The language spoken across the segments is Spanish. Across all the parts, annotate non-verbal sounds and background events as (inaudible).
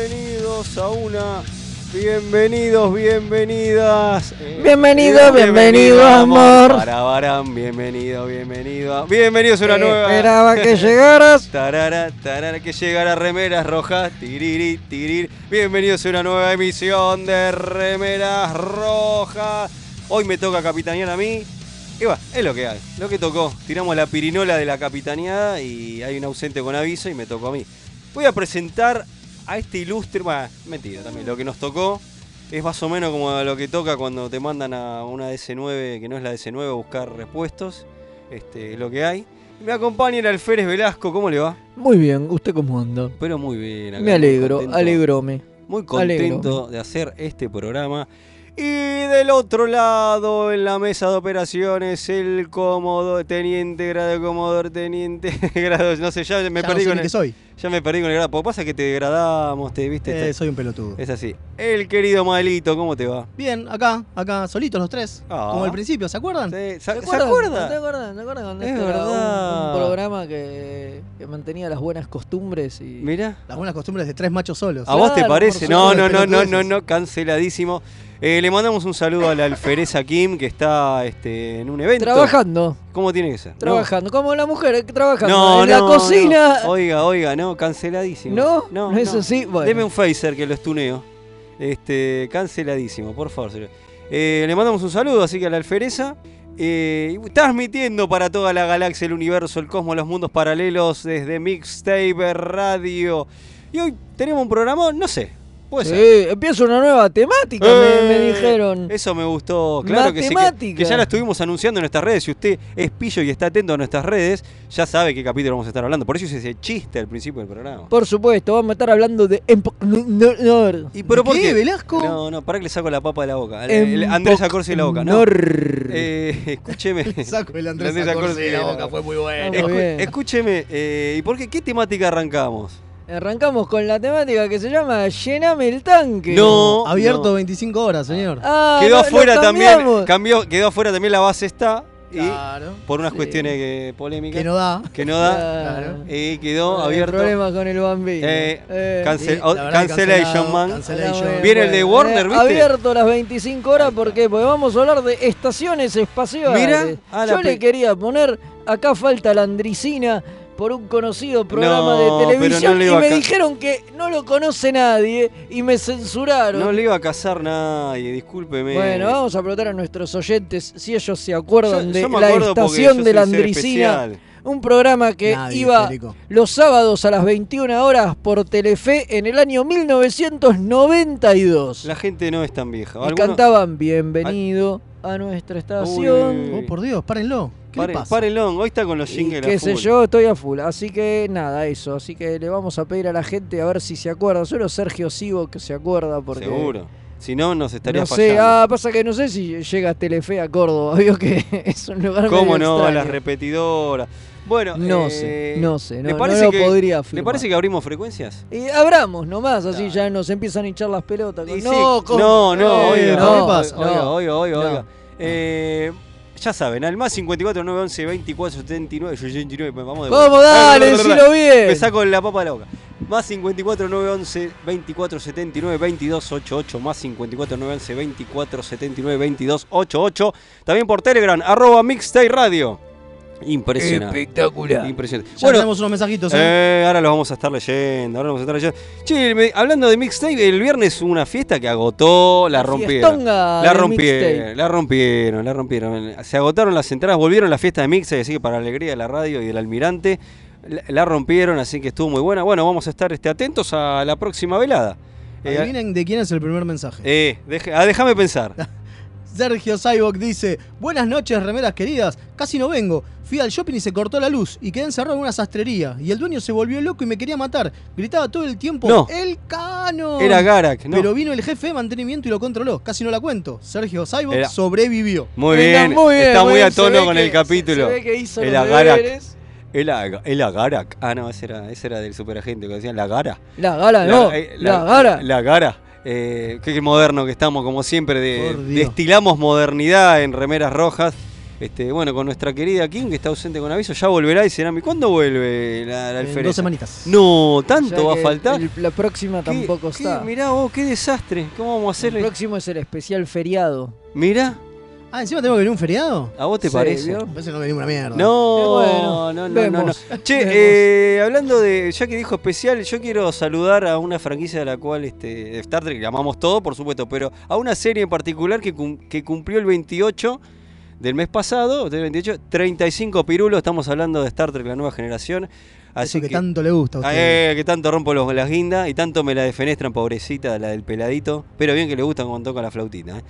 2 a 1. Bienvenidos, bienvenidas. Eh, Bienvenido, bienvenido, amor. Barabarán, bienvenido, bienvenido. Bienvenidos a una nueva. Eh, Esperaba (laughs) (laughs) que llegaras. Tarara, tarara, que llegará Remeras Rojas. Tiriri, tirir. Bienvenidos a una nueva emisión de Remeras Rojas. Hoy me toca capitanear a mí. Y va, es lo que hay, lo que tocó. Tiramos la pirinola de la capitaneada y hay un ausente con aviso y me tocó a mí. Voy a presentar a este ilustre. Bueno, mentira también. Lo que nos tocó es más o menos como lo que toca cuando te mandan a una DC9 que no es la DC9 a buscar repuestos. Este, es lo que hay. Me acompaña el Alférez Velasco, ¿cómo le va? Muy bien, ¿usted cómo anda? Pero muy bien. acá, Me alegro, muy contento. alegrome. Muy contento de hacer este programa. Y del otro lado, en la mesa de operaciones, el cómodo, teniente, grado comodor, teniente, (laughs) grado, no sé, ya me Ya no perdí sé con ni el, qué soy. ya me perdí con el grado. Porque pasa que te degradamos, te viste. Eh, Está- soy un pelotudo. es así. El querido Malito, ¿cómo te va? Bien, acá, acá, solitos los tres. Ah. Como al principio, ¿se acuerdan? ¿Se, se- se acuerdan? ¿No ¿Te acuerda? acuerdas? ¿Te acuerdas cuando Es este era un- verdad. un, programa que, que mantenía las buenas costumbres y Mirá. Las buenas costumbres de tres machos solos. ¿A vos te Claro, parece? por No, no, supuesto, no, no, no, pelotudeces. (laughs) no, canceladísimo. Eh, le mandamos un saludo a la alfereza Kim, que está este, en un evento. trabajando, ¿Cómo tiene que ser? No. trabajando, como la mujer eh, trabajando No, en no, la cocina. no. Oiga, oiga, no, canceladísimo. No, no, es así. Bueno, Deme un phaser que lo estuneo. Este, canceladísimo, por favor. señor. Eh, le mandamos un saludo, así que a la alfereza. Eh, y transmitiendo para toda la galaxia, el universo, el cosmos, los mundos paralelos desde Mixtape Radio. Y hoy tenemos un programa, no sé, puede ser. sí, empieza una nueva temática, me, me Eh, dijeron. Eso me gustó, claro que sí. Que, Matemática. que ya la estuvimos anunciando en nuestras redes. Si usted es pillo y está atento a nuestras redes, ya sabe qué capítulo vamos a estar hablando. Por eso hice ese chiste al principio del programa. Por supuesto, vamos a estar hablando de... empo- nor- ¿Y pero por ¿Qué, qué? Velasco? No, no, para que le saco la papa de la boca. El- el Andrés Acorsi de la boca, ¿no? nor- Eh, escúcheme. (laughs) (laughs) Saco el Andrés, Andrés Acorsi de la Acorsi. boca, fue muy bueno. Vamos Escu- bien. escúcheme, eh, ¿y por qué? ¿Qué temática arrancamos? Arrancamos con la temática que se llama Llename el tanque. No, Abierto no. 25 horas, señor. Ah, Quedó no, lo afuera también. cambiamos. Cambió, quedó afuera también la base está. Y Claro. por unas Sí. cuestiones que- polémicas Que no da. que no da. Claro. Y quedó Hay abierto. problemas con el bambino. Eh, Eh, cancel- Sí, la verdad que cancellation, cancelado, man. Cancellation. ahora, Viene el de Warner, ¿viste? Eh, Abierto las 25 horas, ¿por qué? Porque vamos a hablar de estaciones espaciales. Mira, a ah, la Yo le pe- quería poner, acá falta la andricina por un conocido programa No, de pero televisión no le y iba a me ca- dijeron que no lo conoce nadie y me censuraron. No le iba a casar nadie, discúlpeme. Bueno, vamos a preguntar a nuestros oyentes si ellos se acuerdan Yo- de yo me la acuerdo porque estación yo de la soy ser Andricina, especial. un programa que Nadie, iba Federico. los sábados a las 21 horas por Telefe en el año 1992. La gente no es tan vieja. y Algunos- cantaban Bienvenido a nuestra Uy. estación. Oh, por Dios, párenlo. ¿Qué le Pare- pasa? Parelón, hoy está con los Y jingles. a qué sé full. yo, estoy a full. Así que nada, eso. Así que le vamos a pedir a la gente a ver si se acuerda. Solo Sergio Sivo que se acuerda porque. Seguro. Si no, nos estaría no sé, fallando. ah, pasa que no sé si llega Telefe a Córdoba, (laughs) vio que es un lugar ¿Cómo ah, medio no? extraño. Las repetidoras. Bueno, No eh, sé, no sé, no, ¿le no parece lo que, podría ¿Le afirmar. parece que abrimos frecuencias? Y abramos nomás, así Claro. ya nos empiezan a hinchar las pelotas. Y con- sí, no, con- no, no, Eh, oiga, no, oiga, pasa? oiga, no. oiga, oiga, No. oiga. Eh, ya saben, al más 54 9 11 24 79 79, vamos de vuelta. Vamos, dale, Blablabla. decilo bien. Me saco la papa de la boca. Más 54 9 11 24 79 22 88 más 54 9 11 24 79 22 88 también por Telegram arroba Mixtape Radio impresionante Espectacular. impresionante Ya bueno tenemos unos mensajitos. ¿eh? eh, ahora los vamos a estar leyendo, ahora los vamos a estar leyendo. Che, me- hablando de mixtape, el viernes hubo una fiesta que agotó, la La rompieron. fiestonga La eh. del rompieron, mixtape. la rompieron, la rompieron. Se agotaron las entradas, volvieron a la fiesta de mixtape, así que para la alegría de la radio y del almirante, la, la rompieron, así que estuvo muy buena. Bueno, vamos a estar este, atentos a la próxima velada. Eh, Adivinen de quién es el primer mensaje. eh, deje- ah, déjame pensar. Sergio Saibok dice: Buenas noches, remeras queridas. Casi no vengo. Fui al shopping y se cortó la luz y quedé encerrado en una sastrería. Y el dueño se volvió loco y me quería matar. Gritaba todo el tiempo: No. ¡El cano! Era Garak, ¿no? Pero vino el jefe de mantenimiento y lo controló. Casi no la cuento. Sergio Saibok Era- sobrevivió. Muy Venga, bien, está muy, a bien, se ve tono con que- el capítulo. Se, ve que hizo El los Agarak. deberes. El, Aga- el Agarak. Ah, no, ese era, ese era del superagente que decían la gara. La gara, no. La, eh, gara. La gara. Eh, qué, qué moderno que estamos, como siempre. de- Por Dios. destilamos modernidad en remeras rojas. Este, bueno, con nuestra querida Kim, que está ausente con aviso, ya volverá y será mi. ¿Cuándo vuelve la, la En alfereza? dos semanitas. No, O sea tanto va a que faltar. el- la próxima ¿Qué- tampoco qué? está. Mirá vos, qué desastre. ¿Cómo vamos a el hacer? próximo es el especial feriado. Mirá, Ah, encima tengo que venir un feriado. ¿a vos te Sí, parece? ¿vio? Me parece que no venimos una mierda. No, Eh, no, bueno, no, no, no. vemos, vemos. Che, eh, hablando de, ya que dijo especial, yo quiero saludar a una franquicia de la cual, este, de Star Trek, la amamos todo, por supuesto, pero a una serie en particular que, cum- que cumplió el 28 del mes pasado, del 28, 35 pirulos, estamos hablando de Star Trek, la nueva generación. Así Eso que, que, tanto le gusta a Ah, usted. eh, que tanto rompo los, las guindas y tanto me la defenestran, pobrecita, la del peladito. Pero bien que le gusta cuando toca la flautita. eh.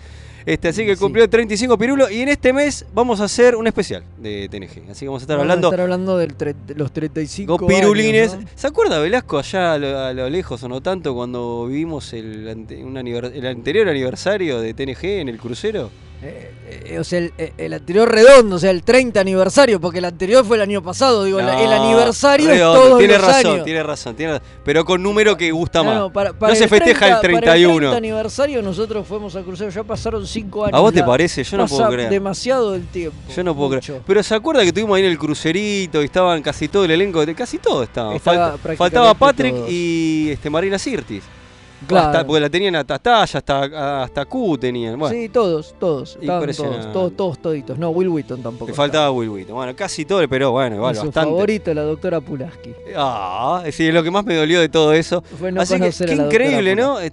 Este, así que Sí. cumplió 35 pirulos y en este mes vamos a hacer un especial de TNG. Así que vamos a estar Vamos a hablando estar hablando del tre- de los 35 con pirulines. años, ¿no? ¿Se acuerda Velasco allá a lo, a lo lejos o no tanto cuando vivimos el, ante- un aniver- el anterior aniversario de TNG en el crucero? Eh, eh, o sea, el, eh, el anterior redondo, o sea, el 30 aniversario, porque el anterior fue el año pasado. Digo, la- el No, aniversario redondo, es todos tiene los razón, años. Tiene razón, tiene razón. Pero con número que gusta más. para- No para se festeja el 30 Para 31. el 30 aniversario nosotros fuimos a crucero, ya pasaron 5 años. ¿A vos te ya. parece? Yo no Pasa puedo creer. demasiado el tiempo. Yo no puedo mucho. creer. Pero ¿se acuerda que tuvimos ahí en el crucerito y estaban casi todo el elenco? de- Casi todo estaba. Estaba Falta- prácticamente faltaba Patrick todos. y este, Marina Sirtis. Claro. Hasta- porque la tenían hasta Talla, hasta, hasta Q tenían. pues, Bueno, Sí, todos, todos. Estaban todos, Impresionante. todos, todos, toditos. No, Will Wheaton tampoco. le estaba. faltaba Will Wheaton. Bueno, casi todo, pero bueno, igual, Y su bastante. favorito, la doctora Pulaski. Ah, sí, es lo que más me dolió de todo eso. Fue no Así que, conocer qué a la doctora increíble, Pulaski. ¿no? Eh,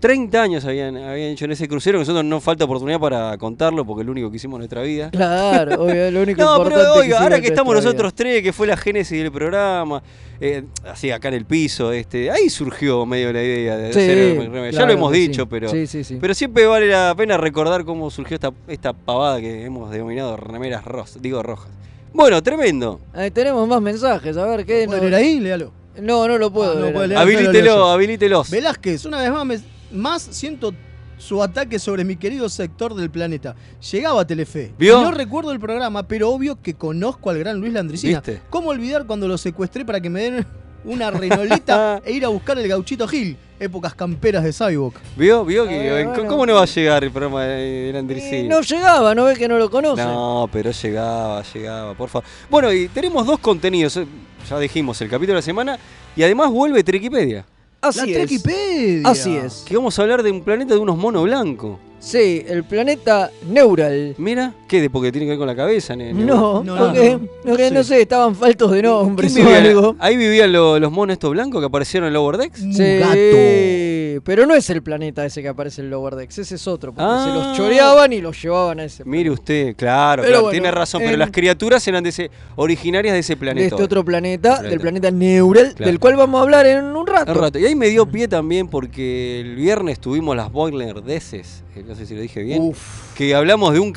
30 años habían, habían hecho en ese crucero. Nosotros no falta oportunidad para contarlo porque es lo único que hicimos en nuestra vida. Claro, obvio, lo (laughs) único No, importante pero que oiga, hicieron ahora en que estamos nuestra nosotros tres, que fue la génesis del programa, eh, así acá en el piso, este, ahí surgió medio la idea de vida. Sí, hacer el remake. Ya claro lo hemos que sí. dicho, pero, Sí, sí, sí. pero siempre vale la pena recordar cómo surgió esta, esta pavada que hemos denominado remeras rojas, digo rojas. Bueno, tremendo. Ahí tenemos más mensajes, a ver qué. ¿Puede leer ahí? Léalo. No, no lo puedo. Ah, no leer. puede leer. no lo Habilítelo, habilítelos. Velázquez, una vez más, me- más siento su ataque sobre mi querido sector del planeta. Llegaba a Telefe. ¿Vio? Y No recuerdo el programa, pero obvio que conozco al gran Luis Landricina. ¿Viste? ¿Cómo olvidar cuando lo secuestré para que me den una renoleta (laughs) e ir a buscar el gauchito Gil? Épocas camperas de Cyborg. ¿Vio? ¿Vio? que- Ah, bueno. ¿Cómo no va a llegar el programa de de Eh, Landricini? no llegaba, no ves que no lo conoce. No, pero llegaba, llegaba, por favor. Bueno, y tenemos dos contenidos. eh, Ya dijimos el capítulo de la semana. Y además vuelve Triquipedia. La Así es. Trekipedia. Así es. Que vamos a hablar de un planeta de unos monos blancos. Sí, el planeta Neural. Mira, ¿qué? de- Porque tiene que ver con la cabeza, nene. No, no, porque, no. porque Sí. no sé, estaban faltos de nombres ¿Quién (laughs) o vivía? algo. Ah, Ahí vivían lo- los monos estos blancos que aparecieron en Lower Decks. Mugato. Sí, pero no es el planeta ese que aparece en Lower Decks, ese es otro, porque Ah. se los choreaban y los llevaban a ese Mire usted, claro, Pero claro, bueno, tiene razón, pero en- las criaturas eran de ese, originarias de ese planeta. de este otro planeta, Planeta. del planeta Neural, Claro. del cual vamos a hablar en un rato. Un rato. Y ahí me dio pie también porque el viernes tuvimos las Boiler Deces, eh, no sé si lo dije bien. Uf. que hablamos de un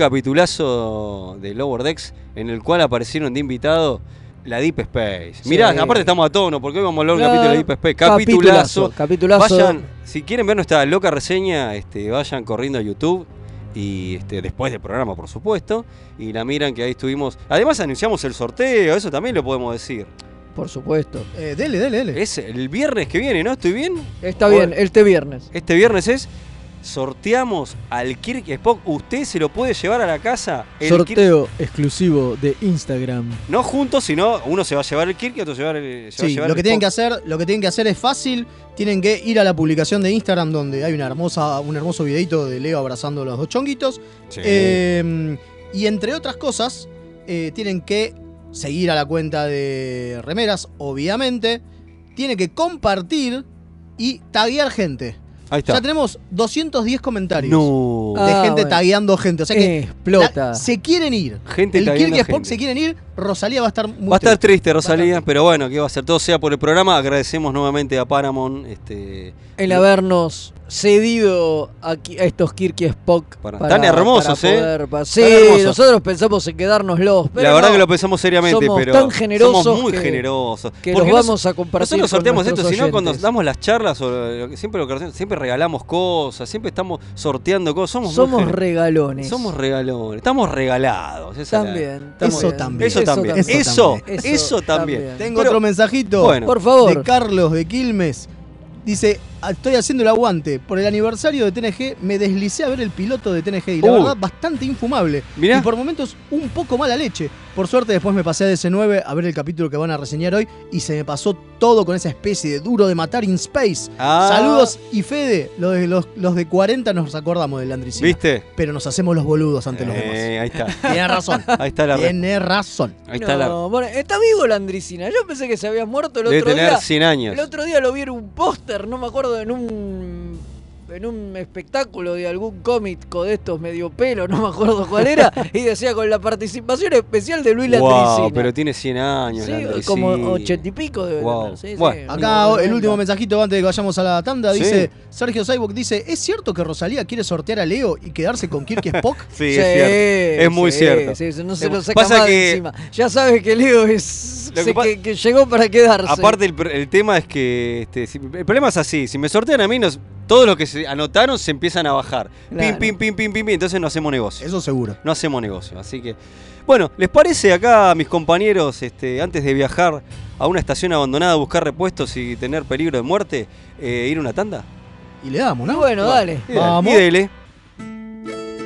capitulazo de Lower Decks en el cual aparecieron de invitado la Deep Space. Sí. Mirá, aparte estamos a tono porque hoy vamos a hablar de un Claro. capítulo de Deep Space. Capitulazo. capitulazo. Vayan, si quieren ver nuestra loca reseña, este, vayan corriendo a YouTube. Y este, después del programa, por supuesto. Y la miran que ahí estuvimos. Además anunciamos el sorteo, eso también lo podemos decir. por supuesto. Eh, dele, dele, dele. Es el viernes que viene, ¿no? ¿Estoy bien? Está Bueno. bien, este viernes. Este viernes es. Sorteamos al Kirk Spock. Usted se lo puede llevar a la casa. El Kirk- exclusivo de Instagram. No juntos, sino uno se va a llevar el Kirk y otro se va a, se va a Sí, llevar lo el que, tienen que Spock. hacer, lo que tienen que hacer es fácil. Tienen que ir a la publicación de Instagram donde hay una hermosa, un hermoso videito de Leo abrazando a los dos chonguitos. Sí. Eh, y entre otras cosas, eh, tienen que seguir a la cuenta de remeras, obviamente. Tienen que compartir y taguear gente. Ahí Ya está. tenemos 210 comentarios No. de Ah, gente bueno. Eh, tagueando gente. O sea que la- Explota. se quieren ir. Gente El está Kirk y viendo Spock gente. se quieren ir. Rosalía va a estar muy Va a estar triste. triste, estar Rosalía, triste. pero bueno, ¿qué va a hacer? Todo sea por el programa. Agradecemos nuevamente a Paramount este, el habernos cedido aquí- a estos Kirk y Spock. Para- tan hermosos, ¿eh? poder pa- sí, hermosos. nosotros pensamos en quedárnoslos. Pero la verdad no, que lo pensamos seriamente, somos pero tan generosos somos muy que- generosos. que los Porque nos- vamos a compartir. nosotros con sorteamos esto, nuestros sino cuando oyentes. damos las charlas, o lo que- siempre, lo que hacemos, siempre regalamos cosas, siempre estamos sorteando cosas. Somos, muy Somos gener- regalones. somos regalones, estamos regalados. esa es la- También. estamos- Eso también. Eso también. también. Eso, Eso eso también. también. Tengo Pero- otro mensajito Bueno. Por de favor. Carlos de Quilmes. Dice, estoy haciendo el aguante. Por el aniversario de TNG me deslicé a ver el piloto de TNG y la Uh. verdad bastante infumable. Mirá. Y por momentos un poco mala leche. Por suerte después me pasé a DC9 a ver el capítulo que van a reseñar hoy y se me pasó todo con esa especie de duro de matar in space. Ah. Saludos y Fede, los de, los, los de 40 nos acordamos del Landricina. ¿Viste? Pero nos hacemos los boludos ante los demás. Eh, ahí está. Tiene razón. Ahí está (laughs) la re- Tiene razón. Ahí está la No, bueno, está vivo la Andricina. Yo pensé que se había muerto el Debe otro tener día. 100 años. El otro día lo vi en un póster, no me acuerdo, en un en un espectáculo de algún cómico de estos medio pelo, no me acuerdo (laughs) cuál era, y decía con la participación especial de Luis Wow, Landricina. pero tiene 100 años. la sí, Andresina. como ochenta y pico debe Wow. tener, sí, sí, Bueno. Acá el una último tremenda. mensajito antes de que vayamos a la tanda Sí. dice Sergio Saibok dice, ¿es cierto que Rosalía quiere sortear a Leo y quedarse con Kirk y Spock? Sí, es cierto. Es muy sí, cierto. sí, sí, no se Es lo mu- saca pasa más de que- encima. Ya sabes que Leo es Lo sé que pa- que, que llegó para quedarse. Aparte, el, pr- el tema es que. este, si- el problema es así: si me sortean a mí, nos- todos los que se anotaron se empiezan a bajar. Claro. Pim, pim, pim, pim, pim, pim. Entonces no hacemos (laughs) negocio. Eso seguro. No hacemos negocio. Así que. Bueno, ¿les parece acá, mis compañeros, este, antes de viajar a una estación abandonada a buscar repuestos y tener peligro de muerte, eh, ir a una tanda? Y le damos, ¿no? Bueno, dale. Y dale, Vamos. y dele.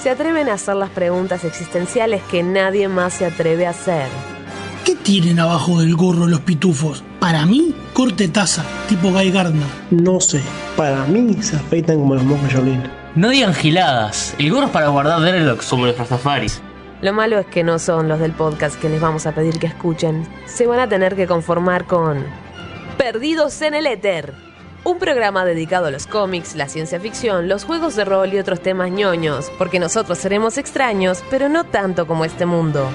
se atreven a hacer las preguntas existenciales que nadie más se atreve a hacer. ¿Qué tienen abajo del gorro los pitufos? Para mí, corte taza, tipo Guy Gardner. No sé, para mí se afeitan como los mocos Jolín. No digan giladas. El gorro es para guardar Dreadlocks como los Rastafaris. Lo malo es que no son los del podcast que les vamos a pedir que escuchen. Se van a tener que conformar con Perdidos en el Éter. Un programa dedicado a los cómics, la ciencia ficción, los juegos de rol y otros temas ñoños, porque nosotros seremos extraños, pero no tanto como este mundo.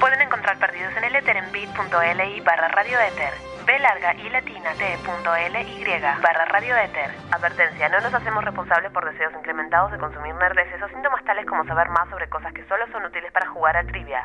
Pueden encontrar Perdidos en el Éter en bit.li barra radio éter. B larga y latina T.ly barra radio éter. Advertencia, no nos hacemos responsables por deseos incrementados de consumir nerdeces o síntomas tales como saber más sobre cosas que solo son útiles para jugar a trivia.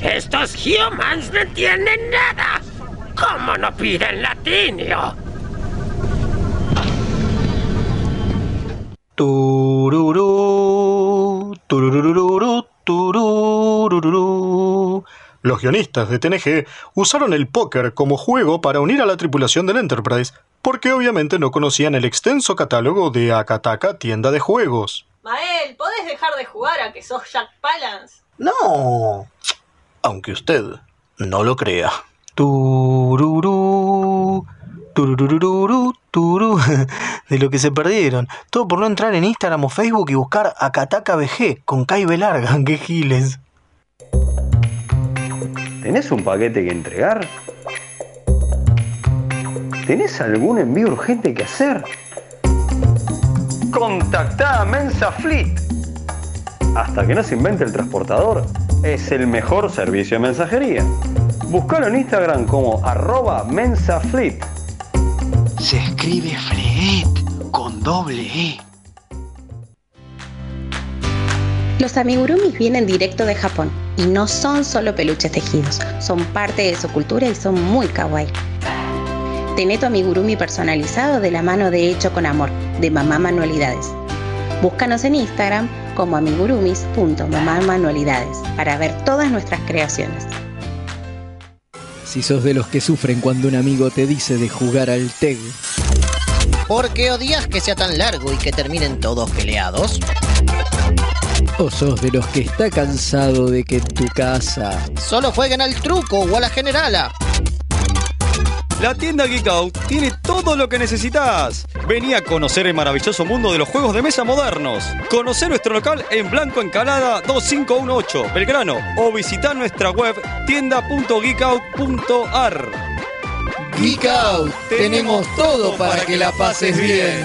Estos humans no entienden nada. ¿Cómo no piden latinio? Tururú, tururururú, turururú. Los guionistas de TNG usaron el póker como juego para unir a la tripulación del Enterprise, porque obviamente no conocían el extenso catálogo de Akataka Tienda de Juegos. Mael, ¿podés dejar de jugar a que sos Jack Palance? No. Aunque usted no lo crea. Tururú. Tururururú, turú. De lo que se perdieron. Todo por no entrar en Instagram o Facebook y buscar a Kataka BG con Kai B larga. (laughs) ¡Qué giles! ¿Tenés un paquete que entregar? ¿Tenés algún envío urgente que hacer? Contactá a Mensa Fleet. Hasta que no se invente el transportador, es el mejor servicio de mensajería. Buscalo en Instagram como arroba mensafleet. Se escribe Fleet con doble E. Los amigurumis vienen directo de Japón y no son solo peluches tejidos, son parte de su cultura y son muy kawaii. Tené tu amigurumi personalizado de la mano de Hecho con Amor, de Mamá Manualidades. Búscanos en Instagram como amigurumis.mamamanualidades para ver todas nuestras creaciones. Si sos de los que sufren cuando un amigo te dice de jugar al TEG, Porque odias que sea tan largo y que terminen todos peleados? o sos de los que está cansado de que en tu casa Solo jueguen al truco o a la generala. La tienda Geek Out tiene todo lo que necesitas. Vení a conocer el maravilloso mundo de los juegos de mesa modernos. Conocer nuestro local en Blanco Encalada 2518, Belgrano, o visitar nuestra web tienda.geekout.ar. Geek Out, tenemos todo para que la pases bien.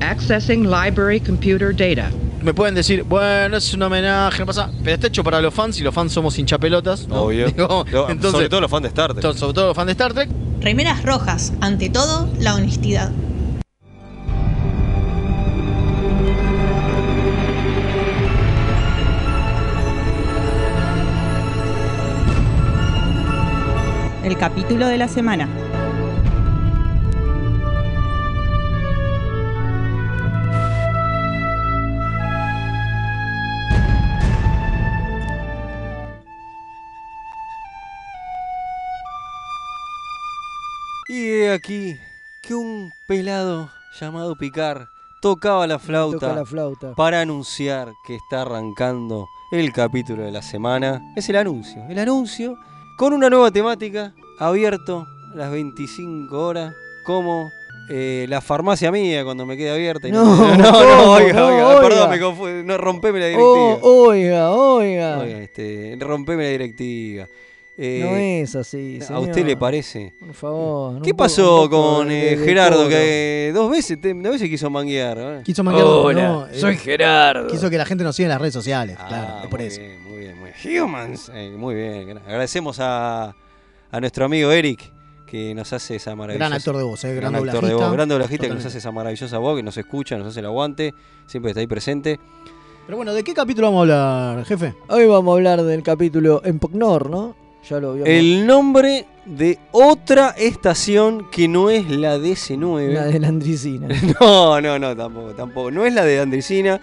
Accessing library computer data. Me pueden decir, bueno, es un homenaje, no pasa. Pero está hecho para los fans y los fans somos hinchapelotas. ¿no? (laughs) Obvio. Digo, No, entonces- sobre todo los fans de Star Trek. to- sobre todo los fans de Star Trek. Remeras rojas, ante todo, la honestidad. El capítulo de la semana. Y he aquí que un pelado llamado Picar tocaba la flauta, Toca la flauta. para anunciar que está arrancando el capítulo de la semana. Es el anuncio, el anuncio con una nueva temática abierto a las 25 horas como eh, la farmacia mía cuando me quede abierta. y No, (laughs) no, no, ¿cómo? oiga, No, oiga, oiga. perdón, me confundí, no rompeme la Oh, directiva. oiga, oiga. Oiga, este, rompeme la directiva. Eh, No es así, ¿A usted señor. le parece? Por favor. ¿Qué un po- un pasó poco con de- eh, de Gerardo? coro. Que dos veces, te- dos veces quiso manguear. ¿eh? Quiso manguear- Hola, no, eh, soy Gerardo. Quiso que la gente nos siga en las redes sociales. Eh, claro, es por Ah, muy eso. bien, muy bien, muy bien. Humans. Eh, muy bien. gra- Agradecemos a, a nuestro amigo Eric que nos hace esa maravillosa. actor de voz, eh, gran actor de voz. doblajista. Gran doblajista que nos Totalmente. hace esa maravillosa voz, que nos escucha, nos hace el aguante. Siempre está ahí presente. Pero bueno, ¿de qué capítulo vamos a hablar, jefe? Hoy vamos a hablar del capítulo en Pocnor, ¿no? Ya lo vio. El nombre de otra estación que no es la DC9. La de (laughs) la Andricina. No, no, no, tampoco, tampoco. No es la de Andricina.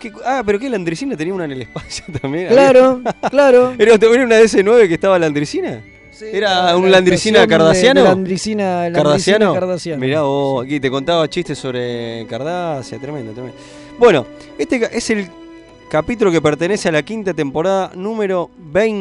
Que- ah, pero que la Andricina tenía una en el espacio (laughs) también. Claro, claro. ¿Era, era una DC9 que estaba la Andricina? ¿Era un Landricina Cardaciano? cardasiano? Landricina, Landricina ¿Cardasiano? Cardaciano. Mirá vos, aquí te contaba chistes sobre Cardacia, tremendo, tremendo. Bueno, este ca- es el capítulo que pertenece a la quinta temporada número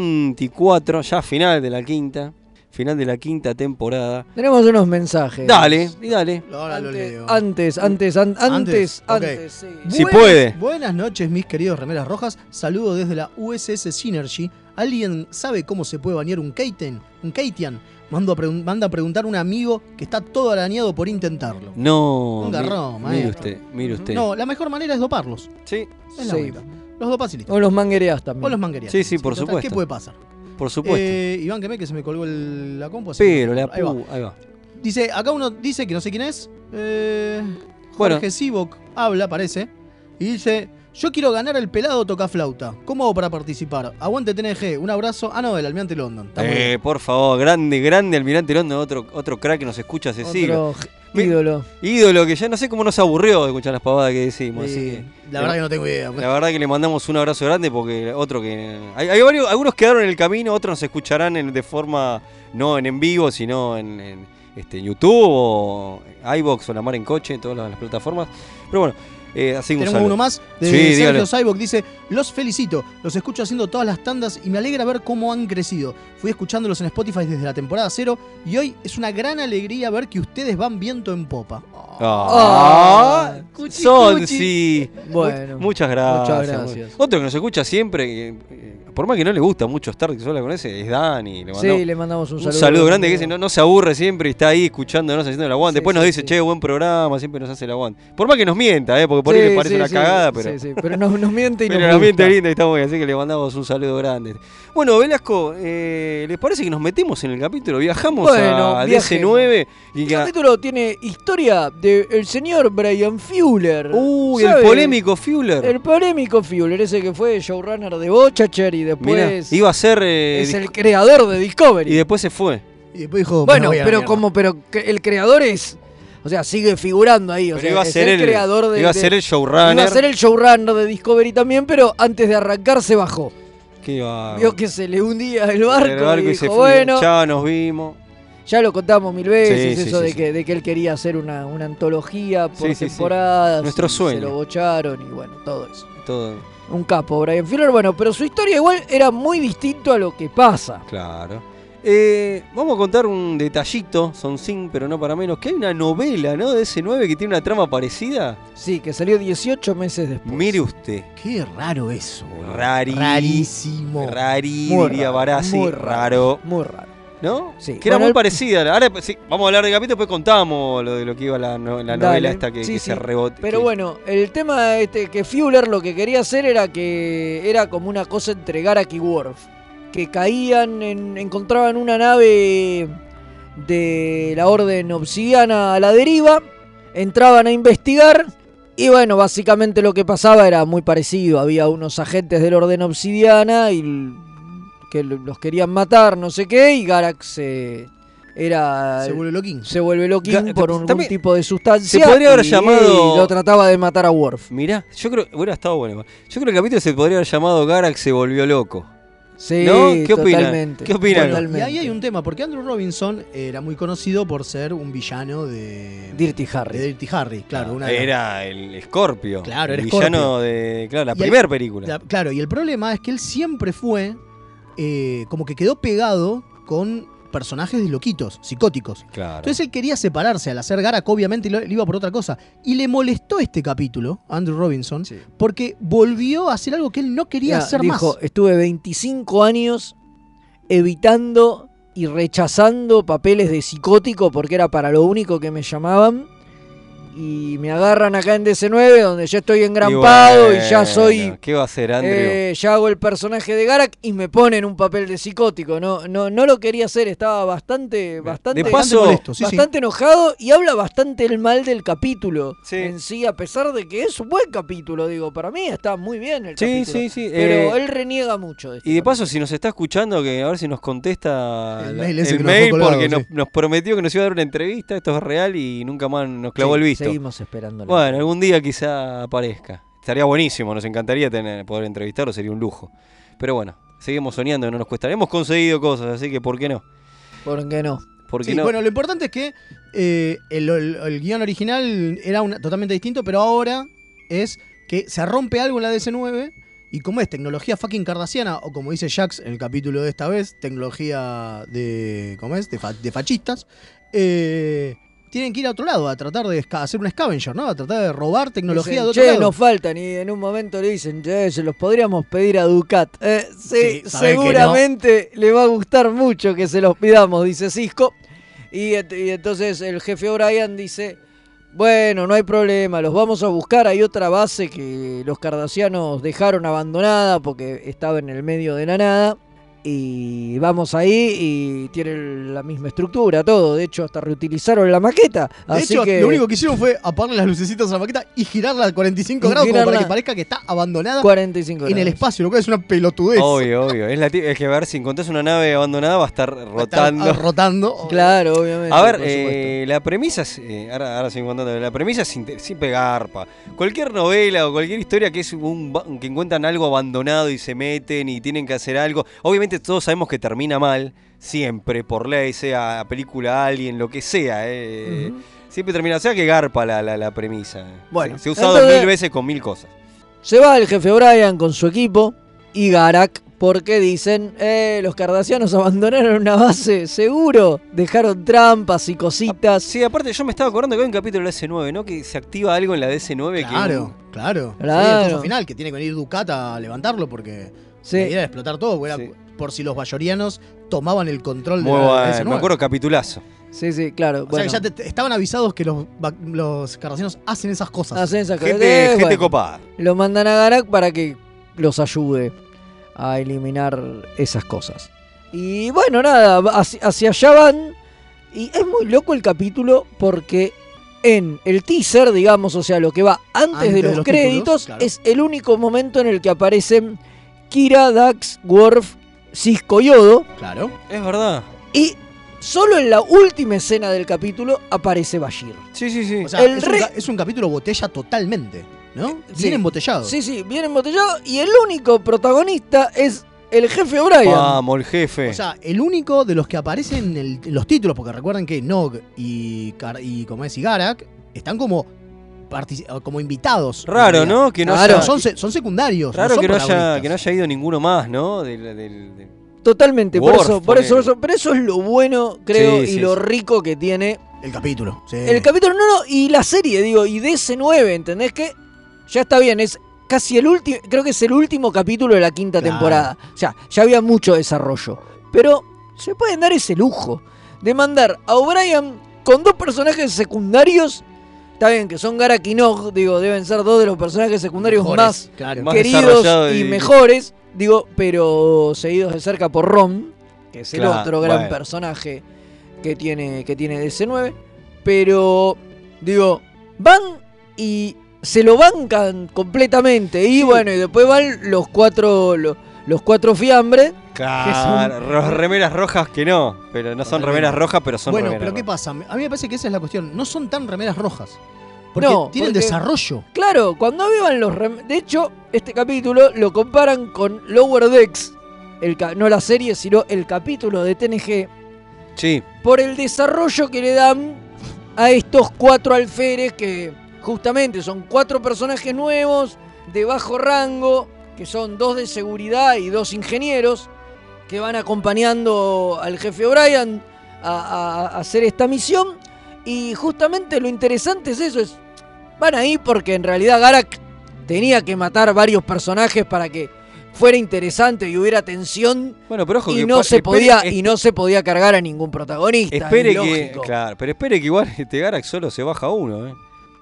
24, ya final de la quinta, final de la quinta temporada. Tenemos unos Eh, mensajes. Dale, y dale. Ahora lo leo. Antes, antes, an- antes, antes. Ok. Si Buenas- puede. Buenas noches, mis queridos remeras rojas. Saludo desde la USS Synergy. ¿Alguien sabe cómo se puede bañar un Keiten? Un Keitian. Mando a pregun- manda a preguntar a un amigo que está todo arañado por intentarlo. No. Un mi- garrón, Mire maestro. usted, mire usted. No, la mejor manera es doparlos. Sí. Es la Sí. única. Los dopas y listo. O los manguereás también. O los manguerías. Sí, sí, por supuesto. ¿Qué puede pasar? Por supuesto. Eh, Iván Quemé, que se me colgó el- la compu. así Pero que- la ahí va. pu- ahí va. Dice, acá uno dice que no sé quién es. Eh, Bueno. Jorge Sibok habla, parece. Y dice, yo quiero ganar el pelado tocaflauta. ¿Cómo hago para participar? Aguante TNG. Un abrazo. Ah, no, del almirante London. Está muy bien. Eh, por favor, grande, grande Almirante Londo, otro, otro crack que nos escucha hace siglos. Otro g- ídolo. Ídolo que ya no sé cómo nos aburrió de escuchar las pavadas que decimos. así que- la verdad que no tengo idea. pues. La verdad que le mandamos un abrazo grande porque otro que. Hay, hay varios, algunos quedaron en el camino, otros nos escucharán en- de forma no en en vivo, sino en, en, este, en YouTube o iBox o La Mar en Coche, en todas las, las plataformas. Pero bueno, eh, así un Tenemos saludo. uno más de Sí, dígale. Sergio Cyborg. Dice: Los felicito, los escucho haciendo todas las tandas y me alegra ver cómo han crecido. Fui escuchándolos en Spotify desde la temporada cero y hoy es una gran alegría ver que ustedes van viento en popa. Ah, Ah, cuchi, Sonsi. cuchi. Mu- Bueno, muchas gracias. muchas gracias. Otro que nos escucha siempre, que, eh, por más que no le gusta mucho estar sola con ese, es Dani. Le Sí, le mandamos un saludo. grande que dice, no, no se aburre siempre y está ahí escuchándonos, haciendo el aguante. Sí, Después nos sí, dice, sí. che, buen programa, siempre nos hace el aguante. Por más que nos mienta, eh, porque por ahí Sí, le parece sí, una sí, cagada, sí, pero. sí, pero (laughs) nos, nos miente y Pero nos nos miente gusta. lindo y está muy bien, así que le mandamos un saludo grande. Bueno, Velasco, eh, ¿les parece que nos metemos en el capítulo? Viajamos Bueno, a viajemos. 19 y El a- capítulo tiene historia del señor Brian Fuller. Uy, el polémico Fuller. El polémico Fuller, ese que fue showrunner de Bochacher y después Mirá, iba a ser. eh, pues, es dis- el creador de Discovery. Y después se fue. Y después dijo: bueno, voy a la pero mierda. como pero que el creador es, o sea, sigue figurando ahí, o Pero sea, iba a es ser el, creador de iba a de- ser el showrunner. Iba a ser el showrunner de Discovery también, pero antes de arrancar se bajó. que iba- Vio que se le hundía el barco, Ah. el barco y y dijo, se fue. bueno, Chao, nos vimos. ya lo contamos mil veces, Sí, sí, eso sí, de, sí. que, de que él quería hacer una, una antología por Sí, sí, sí. temporadas. Nuestro y sueño. Se lo bocharon y bueno, todo eso. Todo. Un capo, Brian Fuller. Bueno, pero su historia igual era muy distinto a lo que pasa. Claro. Eh, vamos a contar un detallito, son cinco, pero no para menos. Que hay una novela, ¿no? De ese 9 que tiene una trama parecida. Sí, que salió 18 meses Pues, después. Mire usted. Qué raro eso. boludo. Rarí, Rarísimo. Rarí, Muy diría raro, Barassi, muy raro. Muy raro. ¿No? Sí. Que era Bueno, muy el- parecida. Ahora sí, vamos a hablar de capítulo, después contamos lo de lo que iba la, no- la Dale. novela esta que, Sí, que sí. se rebote. Pero que- bueno, el tema este que Fuller lo que quería hacer era que era como una cosa entregar a Keyworth. Que caían, en- encontraban una nave de la Orden Obsidiana a la deriva, entraban a investigar y bueno, básicamente lo que pasaba era muy parecido. Había unos agentes del Orden Obsidiana y l- que l- los querían matar, no sé qué, y Garax se... Era, Se vuelve loquín. Se vuelve loquín Ga- por un, también- tipo de sustancia. Se podría haber y llamado- Lo trataba de matar a Worf. Mirá, yo creo. Hubiera estado bueno. igual. Yo creo que el capítulo se podría haber llamado Garak se volvió loco. Sí, ¿No? ¿Qué opinan? totalmente, ¿Qué opinan? Bueno, y ahí hay un tema, porque Andrew Robinson era muy conocido por ser un villano de. Dirty Harry. de Dirty Harry, claro. una de las- Era el Scorpio. Claro, el era villano Scorpio. de. Claro, la Y el- primera película. la- claro, y el problema es que él siempre fue. eh, como que quedó pegado con personajes de loquitos, psicóticos. Claro. Entonces él quería separarse al hacer Garak, obviamente lo- le iba por otra cosa. Y le molestó este capítulo, Andrew Robinson, porque volvió a hacer algo que él no quería Mira, hacer dijo, "Eh, más. estuve 25 años evitando y rechazando papeles de psicótico porque era para lo único que me llamaban. Y me agarran acá en DC9, donde ya estoy engrampado y, ya bueno, soy. ¿Qué va a hacer, Andrew? eh, ya hago el personaje de Garak y me ponen un papel de psicótico. No, no, no lo quería hacer, estaba bastante, bastante, de paso- bastante, molesto, sí, sí. bastante enojado y habla bastante el mal del capítulo Sí. en sí, a pesar de que es un buen capítulo, digo, para mí está muy bien el Este Sí, capítulo. sí, sí, Pero eh, él reniega mucho de este esto. y de paso, si nos está escuchando, que a ver si nos contesta la- el mail ese que nos mail, dejó colgado, porque nos, sí. nos prometió que nos iba a dar una entrevista, esto es real y nunca más nos clavó Sí, el visto. seguimos esperándolo. Bueno, algún día quizá aparezca. Estaría buenísimo, nos encantaría tener, poder entrevistarlo, sería un lujo. Pero bueno, seguimos soñando, no nos cuesta. Hemos conseguido cosas, así que ¿por qué no? ¿Por qué no? ¿Por qué Sí, no? Bueno, lo importante es que eh, el, el- el guión original era una- totalmente distinto, pero ahora es que se rompe algo en la DC9 y como es tecnología fucking cardasiana, o como dice Jax en el capítulo de esta vez, tecnología de, ¿cómo es? de, fa- de fascistas, eh, tienen que ir a otro lado a tratar de esca- hacer un scavenger, ¿no? A tratar de robar tecnología Dicen, de otro che, lado. nos faltan y en un momento le dicen, che, se los podríamos pedir a Ducat. Eh, sí, Sí, saben que seguramente le va a gustar mucho que se los pidamos, dice Cisco. Y, et- y entonces el jefe O'Brien dice, bueno, no hay problema, los vamos a buscar. Hay otra base que los cardasianos dejaron abandonada porque estaba en el medio de la nada. Y vamos ahí y tiene la misma estructura, todo. De hecho, hasta reutilizaron la maqueta. De así hecho, que... lo único que hicieron fue apagarle las lucecitas a la maqueta y girarla a 45 Y grados como para girarla que parezca que está abandonada 45 en el grados. espacio, lo cual es una pelotudez. Obvio, obvio. Es, la ti- es que a ver, si encontrás una nave abandonada va a estar Está rotando. rotando. Claro, obviamente. A ver, por supuesto. eh, la premisa, es, eh, ahora, ahora sigo contando, la premisa es inte- siempre garpa. Cualquier novela o cualquier historia que es un ba- que encuentran algo abandonado y se meten y tienen que hacer algo, obviamente Obviamente todos sabemos que termina mal, siempre, por ley, sea película, alguien, lo que sea. eh. Siempre termina, o sea que garpa la, la- la premisa. Bueno, se, se ha usado entonces- mil veces con mil cosas. Se va el jefe Brian con su equipo y Garak porque dicen, eh, los cardasianos (laughs) abandonaron una base, seguro, dejaron trampas y cositas. Ah, Sí, aparte yo me estaba acordando que hay un capítulo de la S9, ¿no? Que se activa algo en la DS9 Claro, claro. Claro. Sí, el final, que tiene que venir Ducata a levantarlo porque se la idea era explotar todo. porque era por si los bayorianos tomaban el que... control Muy de la bueno, S9. me acuerdo capitulazo. Sí, sí, claro. O sea, que ya te- te- estaban avisados que los, va- los carracianos hacen esas cosas. Hacen esas cosas. Gente, Eh, gente bueno. copada. Lo mandan a Garak para que los ayude a eliminar esas cosas. Y bueno, nada, hacia, hacia allá van. Y es muy loco el capítulo porque en el teaser, digamos, o sea, lo que va antes, Antes de de los, los créditos, títulos, claro. es el único momento en el que aparecen Kira, Dax, Worf, Cisco y Odo. Claro. Es verdad. Y solo en la última escena del capítulo aparece Bashir. Sí, sí, sí. O sea, El es, un re- ca- es un capítulo botella totalmente, ¿no? Sí. Bien embotellado. Sí, sí, bien embotellado. Y el único protagonista es el jefe O'Brien. Ah, Vamos, el jefe. O sea, el único de los que aparecen en, el- en los títulos, porque recuerden que Nog y, Kar- y como es, y Garak están como, partici- como invitados. Raro, en realidad. ¿no? Que no Claro, haya- son, se- son secundarios. Raro son que no, haya, protagonistas. que no haya ido ninguno más, ¿no? Del- del- del- Totalmente, por Worf, eso, por eso, ponele. eso- pero eso es lo bueno, creo, Sí, y sí, lo sí. rico que tiene El capítulo. sí. el capítulo. No, no, y la serie, digo, y DS9, ¿entendés que? Ya está bien, es casi el último, creo que es el último capítulo de la quinta Claro. temporada. O sea, ya había mucho desarrollo. Pero se pueden dar ese lujo de mandar a O'Brien con dos personajes secundarios. Está bien, que son Garak y Nog, digo, deben ser dos de los personajes secundarios Mejores, más claro. Más desarrollado queridos y y- mejores, digo, pero seguidos de cerca por Ron, que es el Claro, otro gran bueno. personaje que tiene, que tiene DC9. Pero, digo, van y se lo bancan completamente. Y bueno, y después van los cuatro, lo- los, cuatro fiambres. (laughs) Claro, ro- remeras rojas que no, pero no son remeras rojas, pero son Bueno, remeras pero ¿qué rojas. pasa? A mí me parece que esa es la cuestión. No son tan remeras rojas. Porque No, tienen porque- desarrollo. Claro, cuando vivan los... rem- De hecho, este capítulo lo comparan con Lower Decks. El ca- no la serie, sino el capítulo de TNG. Sí, por el desarrollo que le dan a estos cuatro alférez que justamente son cuatro personajes nuevos de bajo rango, que son dos de seguridad y dos ingenieros, que van acompañando al jefe O'Brien a, a- a hacer esta misión. Y justamente lo interesante es eso, es, van ahí porque en realidad Garak tenía que matar varios personajes para que fuera interesante y hubiera tensión bueno, pero ojo y que no pa- se espere- podía es- y no se podía cargar a ningún protagonista. espere es que, lógico. claro, pero espere que igual este Garak solo se baja uno, eh.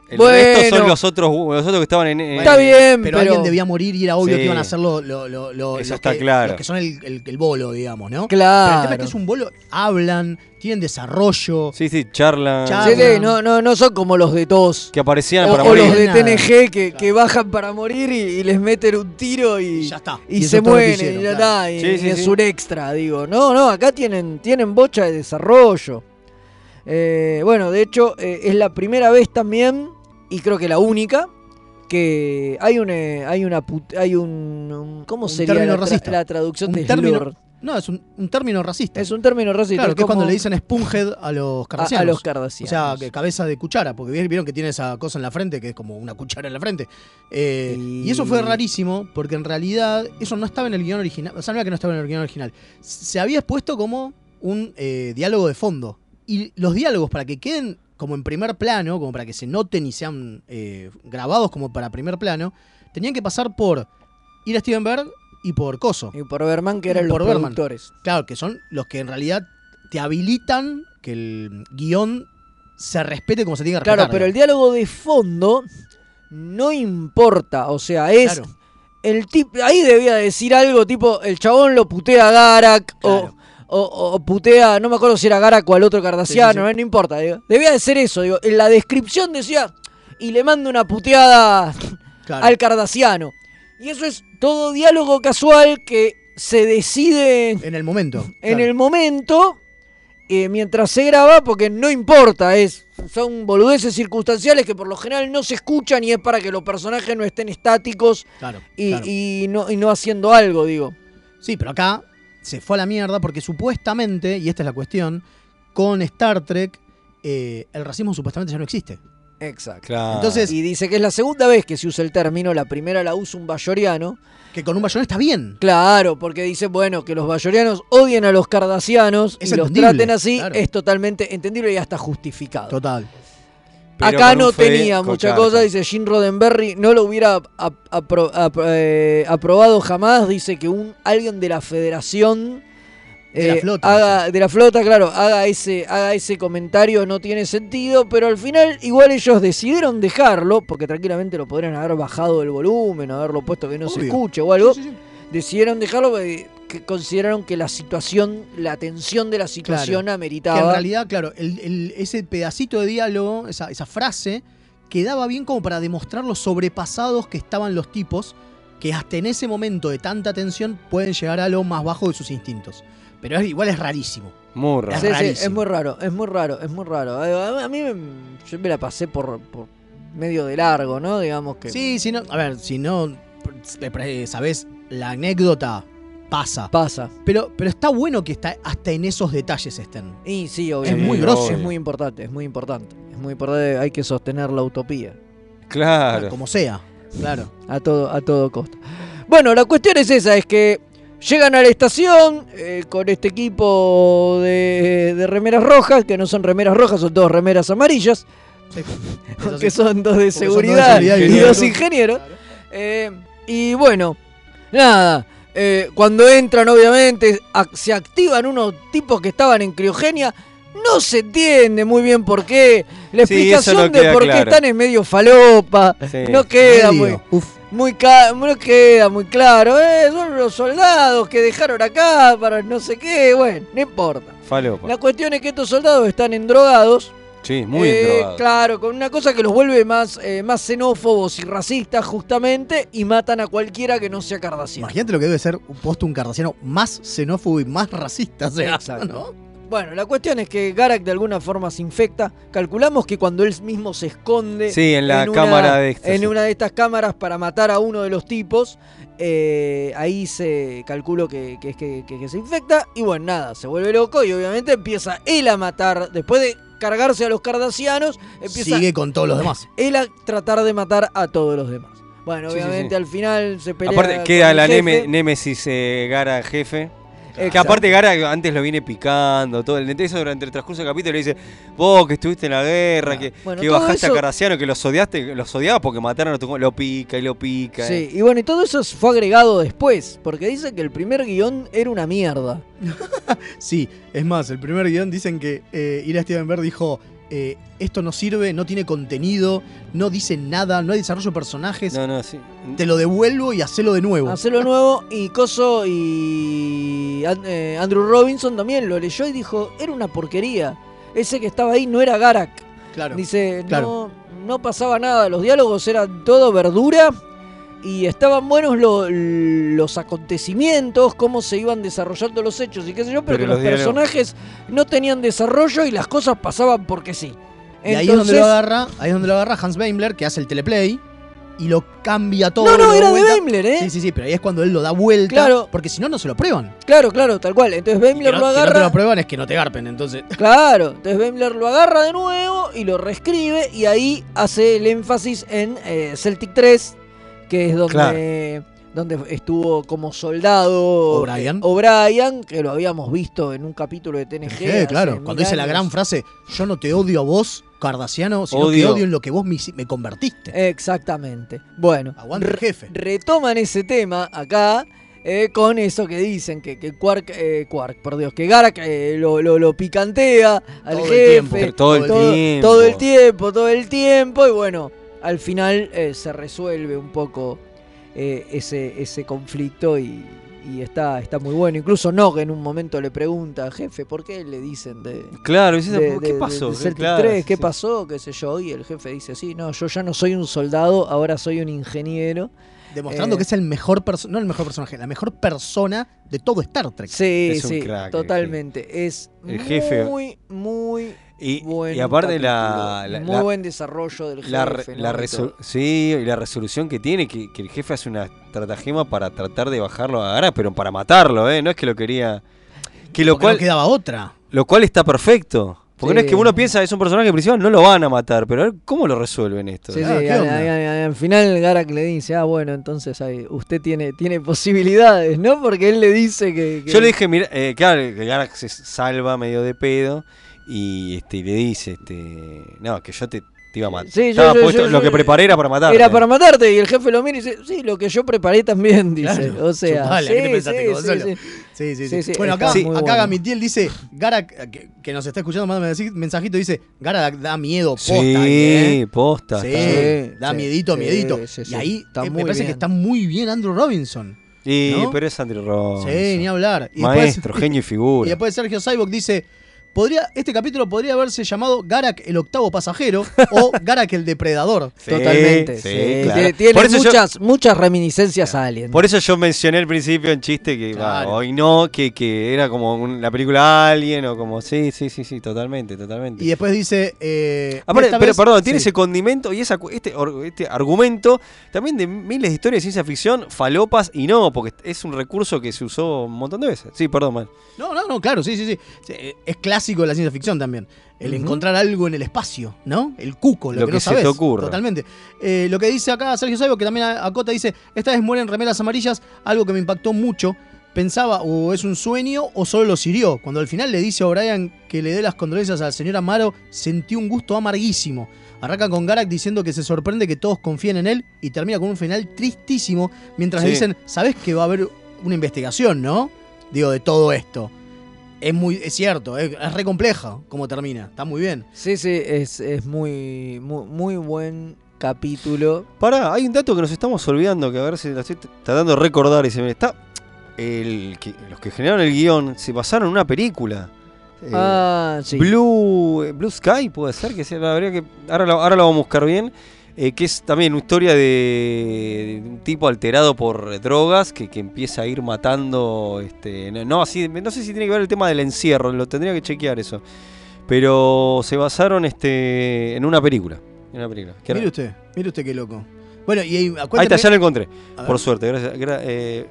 El Bueno. resto son los otros, los otros que estaban en en- Está bien, pero, pero, alguien debía morir y era obvio Sí. que iban a hacer lo, lo- lo- lo- Eso los está que, claro. los que son el, el- el bolo, digamos, ¿no? Pero el tema es Claro. que es un bolo, hablan, tienen desarrollo. Sí, sí, charlan. Charlan. Sí, sí, no, no, no son como los de TOS. Que aparecían O, para o morir. los de Nada. TNG que, que bajan para morir y, y les meten un tiro y, ya está. y Y eso se es todo lo que mueren hicieron, y ya claro. está, y- Sí, sí, y es sí. un extra, digo. No, no, acá tienen, tienen bocha de desarrollo. Eh, bueno, de hecho, eh, es la primera vez también, y creo que la única, que hay un eh, hay una put- hay un, un- ¿cómo Un sería término la, tra- racista. la traducción Un de término- slur? No, es un, un término racista. Es un término racista. claro, que es como- cuando le dicen Spoonhead a los cardasianos. a los O cardasianos. sea, que cabeza de cuchara, porque vi- vieron que tiene esa cosa en la frente, que es como una cuchara en la frente. Eh, y... eso fue rarísimo, porque en realidad eso no estaba en el guión original. O sea, no era que no estaba en el guión original. Se había expuesto como un eh, diálogo de fondo. Y los diálogos, para que queden como en primer plano, como para que se noten y sean eh, grabados como para primer plano, tenían que pasar por Ir a Steven Berg y por Coso. Y por Berman, que eran Y los por Bergman. productores. Claro, que son los que en realidad te habilitan que el guión se respete como se tiene que respetar. Claro, pero el digamos. diálogo de fondo no importa. O sea, es. Claro. El tipo. Ahí debía decir algo tipo: el chabón lo putea a Garak o- o, o putea. No me acuerdo si era Garak o al otro cardasiano, Sí, sí, No, importa. digo. Debía de ser eso. Digo. En la descripción decía: y le mando una puteada Claro. al cardasiano. Y eso es todo diálogo casual que se decide En el momento. en claro. el momento eh, mientras se graba, porque no importa, es, son boludeces circunstanciales que por lo general no se escuchan y es para que los personajes no estén estáticos Claro, y, claro. y no, y no haciendo algo, digo. Sí, pero acá se fue a la mierda porque supuestamente, y esta es la cuestión, con Star Trek eh, el racismo supuestamente ya no existe. Exacto. Claro. Entonces, y dice que es la segunda vez que se usa el término, la primera la usa un bayoriano. Que con un bayoriano está bien. Claro, porque dice, bueno, que los bayorianos odien a los cardasianos Es y los entendible, traten así, claro. es totalmente entendible y hasta justificado. Total. Pero con Acá un no Fede tenía mucha Cocharca. cosa, dice Jim Roddenberry, no lo hubiera ap- apro- ap- eh, aprobado jamás, dice que un alguien de la federación eh, De la flota, haga, de la flota, claro, haga ese, haga ese comentario, no tiene sentido, pero al final igual ellos decidieron dejarlo, porque tranquilamente lo podrían haber bajado el volumen, haberlo puesto que no se Obvio. escuche o algo, Sí, sí, sí. decidieron dejarlo porque que consideraron que la situación, la tensión de la situación ameritaba. Que en realidad, claro, el- el- ese pedacito de diálogo, esa, esa frase, quedaba bien como para demostrar los sobrepasados que estaban los tipos, que hasta en ese momento de tanta tensión pueden llegar a lo más bajo de sus instintos. Pero es- igual es rarísimo. Muy Es raro. Sí, sí, es rarísimo. muy raro, es muy raro, es muy raro. Eh, A a mí me, yo me la pasé por, por medio de largo, ¿no? Digamos que Sí, si no, a ver, si no pre- pre- sabes la anécdota, pasa. pasa. Pero, pero está bueno que está, hasta en esos detalles estén. Y sí, obviamente. muy grosso. Es muy importante, es muy importante. Es muy importante, hay que sostener la utopía. Claro. (laughs) Como sea. Claro. A todo, a todo costo. Bueno, la cuestión es esa, es que llegan a la estación eh, con este equipo de, de remeras rojas, que no son remeras rojas, son todos remeras amarillas, Eso sí. que son son dos dos de de seguridad seguridad y y uno de dos salud. ingenieros. Eh, y bueno, nada. eh, cuando entran, obviamente, ac- se activan unos tipos que estaban en criogenia. No se entiende muy bien por qué. La Sí, eso explicación no de queda por qué claro. están es medio falopa. Sí. No queda Medio. muy. Uf. Muy ca- no queda muy claro, eh, son los soldados que dejaron acá para no sé qué, bueno, no importa. Falopa. La cuestión es que estos soldados están endrogados, Sí, muy eh, drogado. claro, con una cosa que los vuelve más, eh, más xenófobos y racistas justamente y matan a cualquiera que no sea cardasiano. Imagínate lo que debe ser un posto un cardaciano más xenófobo y más racista. o sea, Exacto. ¿no? Bueno, la cuestión es que Garak de alguna forma se infecta. Calculamos que cuando él mismo se esconde Sí, en la una- cámara de estas, en sí. una de estas cámaras para matar a uno de los tipos, eh, ahí se calculó que, que, es que- que- que se infecta. Y bueno, nada, se vuelve loco y obviamente empieza él a matar. Después de cargarse a los cardasianos, empieza Sigue con todos los (laughs) demás. él a tratar de matar a todos los demás. Bueno, Sí, sí, obviamente sí. al final se pelea. Aparte, con queda el la jefe. neme- Némesis eh, Gara jefe. Que Exacto. aparte Gara antes lo viene picando, todo el eso durante el transcurso del capítulo le dice, vos que estuviste en la guerra, que, Bueno, que todo bajaste eso- a Cardassiano, que los odiaste, los odiabas porque mataron a tu co- lo pica y lo pica. Sí, eh. y bueno, y todo eso fue agregado después, porque dice que el primer guión era una mierda. (laughs) Sí, es más, el primer guión dicen que eh, Ira Stevenberg dijo: eh, Esto no sirve, no tiene contenido, no dice nada, no hay desarrollo de personajes. No, no, sí. Te lo devuelvo y hacelo de Uh. nuevo. Hacelo nuevo y Coso y An- eh, Andrew Robinson también lo leyó y dijo, era una porquería. Ese que estaba ahí no era Garak. Claro. Dice, Claro. no, no pasaba nada, los diálogos eran todo verdura y estaban buenos lo- los acontecimientos, cómo se iban desarrollando los hechos y qué sé yo, Pero pero, que los los, diálogos- personajes no tenían desarrollo y las cosas pasaban porque sí. y ahí es donde lo Entonces- agarra, ahí es donde lo agarra Hans Weimler, que hace el teleplay y lo cambia todo. No, no, lo da era de vuelta. Weimler, ¿eh? Sí, sí, sí, pero ahí es cuando él lo da vuelta. Claro. Porque si no, no se lo prueban. Claro, claro, tal cual. Entonces Y Bemler que no, lo que no agarra. te lo prueban es que no te garpen, entonces. Claro, entonces Bemler lo agarra de nuevo y lo reescribe y ahí hace el énfasis en eh, Celtic 3, que es donde, donde estuvo como soldado O'Brien. eh, O'Brien, que lo habíamos visto en un capítulo (laughs) de TNG. Eh, hace claro, mil cuando dice la años. gran frase, yo no te odio a vos, Cardasiano, sino Odio. que odio en lo que vos me, hici- me convertiste. Exactamente. Bueno, Aguante el jefe. retoman ese tema acá eh, con eso que dicen, que, que Quark, eh, Quark, por Dios, que Garak eh, lo, lo- lo picantea al Todo el tiempo. jefe. Pero todo el tiempo. todo el tiempo, todo el tiempo, Y bueno, al final eh, se resuelve un poco eh, ese, ese conflicto y, y está, está muy bueno. Incluso Nog en un momento le pregunta, jefe, ¿por qué le dicen de... Claro, dices, de- ¿qué de- pasó? de Celtic Claro, 3, ¿qué sí. pasó? ¿Qué sé yo? Y el jefe dice, sí, no, yo ya no soy un soldado, ahora soy un ingeniero. Demostrando Eh, que es el mejor personaje, no el mejor personaje, la mejor persona de todo Star Trek. Sí, Es un sí, crack, el totalmente. Es El jefe. muy, muy Y, buen y aparte la, capítulo. la- muy la- buen desarrollo del la re- jefe. ¿no? la Y resol- todo. sí, y la resolución que tiene, que, que el jefe hace una estratagema para tratar de bajarlo a Garas, pero para matarlo, ¿eh? No es que lo quería... Que lo Porque no cual, quedaba otra. lo cual está perfecto. Porque no es Sí. que uno piensa, es un personaje principal, no lo van a matar, pero a ver, ¿cómo lo resuelven esto? Sí, sí, Ah, al, ¿qué onda? al- al- al final Garak le dice, ah, bueno, entonces ahí, usted tiene, tiene posibilidades, ¿no? Porque él le dice que... que- Yo le dije, mira, eh, claro, que Garak se salva medio de pedo y este y le dice, este, no, que yo te, te iba a matar. Sí, yo- Estaba yo- puesto- yo- lo yo- que preparé era para matar. Era para matarte y el jefe lo mira y dice, sí, lo que yo preparé también, dice. o sea, Chupala, sí, ¿qué te pensaste, sí, sí, Gonzalo? sí. Sí, sí, sí. Sí, sí, bueno, está acá, muy acá bueno. Gamitiel dice, Gara, que, que nos está escuchando, manda mensaje- mensajito, dice, Gara da, da miedo, posta. Sí, ¿eh? posta. Sí, está. da sí, miedito, sí, miedito. sí, sí, y ahí está eh, me muy parece bien. que está muy bien Andrew Robinson. Y, ¿no? pero es Andrew Ross. Sí, ni hablar. Y después- Maestro, (laughs) genio y Y figura. después Sergio Cyborg dice, podría, este capítulo podría haberse llamado Garak el octavo pasajero o Garak el depredador. Sí, Totalmente. sí, sí. Tiene- claro. Tiene Por eso yo- muchas, muchas reminiscencias a Alien. Por e- eso yo mencioné al principio en chiste que Claro. bah, hoy no, que, que era como un- la película Alien o como sí, sí, sí, sí, totalmente, totalmente. Y después dice... eh, Aparte, esta pero vez- perdón, tiene sí. ese condimento y esa, cu- este, or- este argumento también de miles de historias de ciencia ficción, falopas y no, porque es un recurso que se usó un montón de veces. Sí, perdón, mal. No, no, no, claro, sí, sí, sí. Sí, eh, Es clásico de la ciencia ficción también. El Ujú. encontrar algo en el espacio, ¿no? El cuco, lo, Lo que, que no se sabes. te ocurra. Totalmente. Eh, lo que dice acá Sergio Saibo, que también a- acota, dice: Esta vez mueren remeras amarillas, algo que me impactó mucho. Pensaba, o es un sueño, o solo los hirió. Cuando al final le dice a O'Brien que le dé las condolencias a la señora Amaro, sentí un gusto amarguísimo. Arranca con Garak diciendo que se sorprende que todos confíen en él y termina con un final tristísimo mientras le Sí. dicen, sabes que va a haber una investigación, ¿no? Digo, de todo esto. Es muy, es cierto, es, es re complejo como termina. Está muy bien. Sí, sí, es, es muy, muy, muy buen capítulo. Pará, hay un dato que nos estamos olvidando, que a ver si lo estoy t- tratando de recordar y se me está. El, que- los que generaron el guión se basaron en una película. Eh, ah, sí. Blue, eh, Blue Sky puede ser, que sea, habría que ahora lo, ahora lo vamos a buscar bien, eh, que es también una historia de, de un tipo alterado por drogas que, que empieza a ir matando, este, no, no, así, no sé si tiene que ver el tema del encierro, lo tendría que chequear eso, pero se basaron este, en una película, en una película. que era- Mire usted, mire usted qué loco. Bueno, y ahí, Ahí está, cuénteme- ya lo encontré, A por ver. suerte, gracias. gra- eh,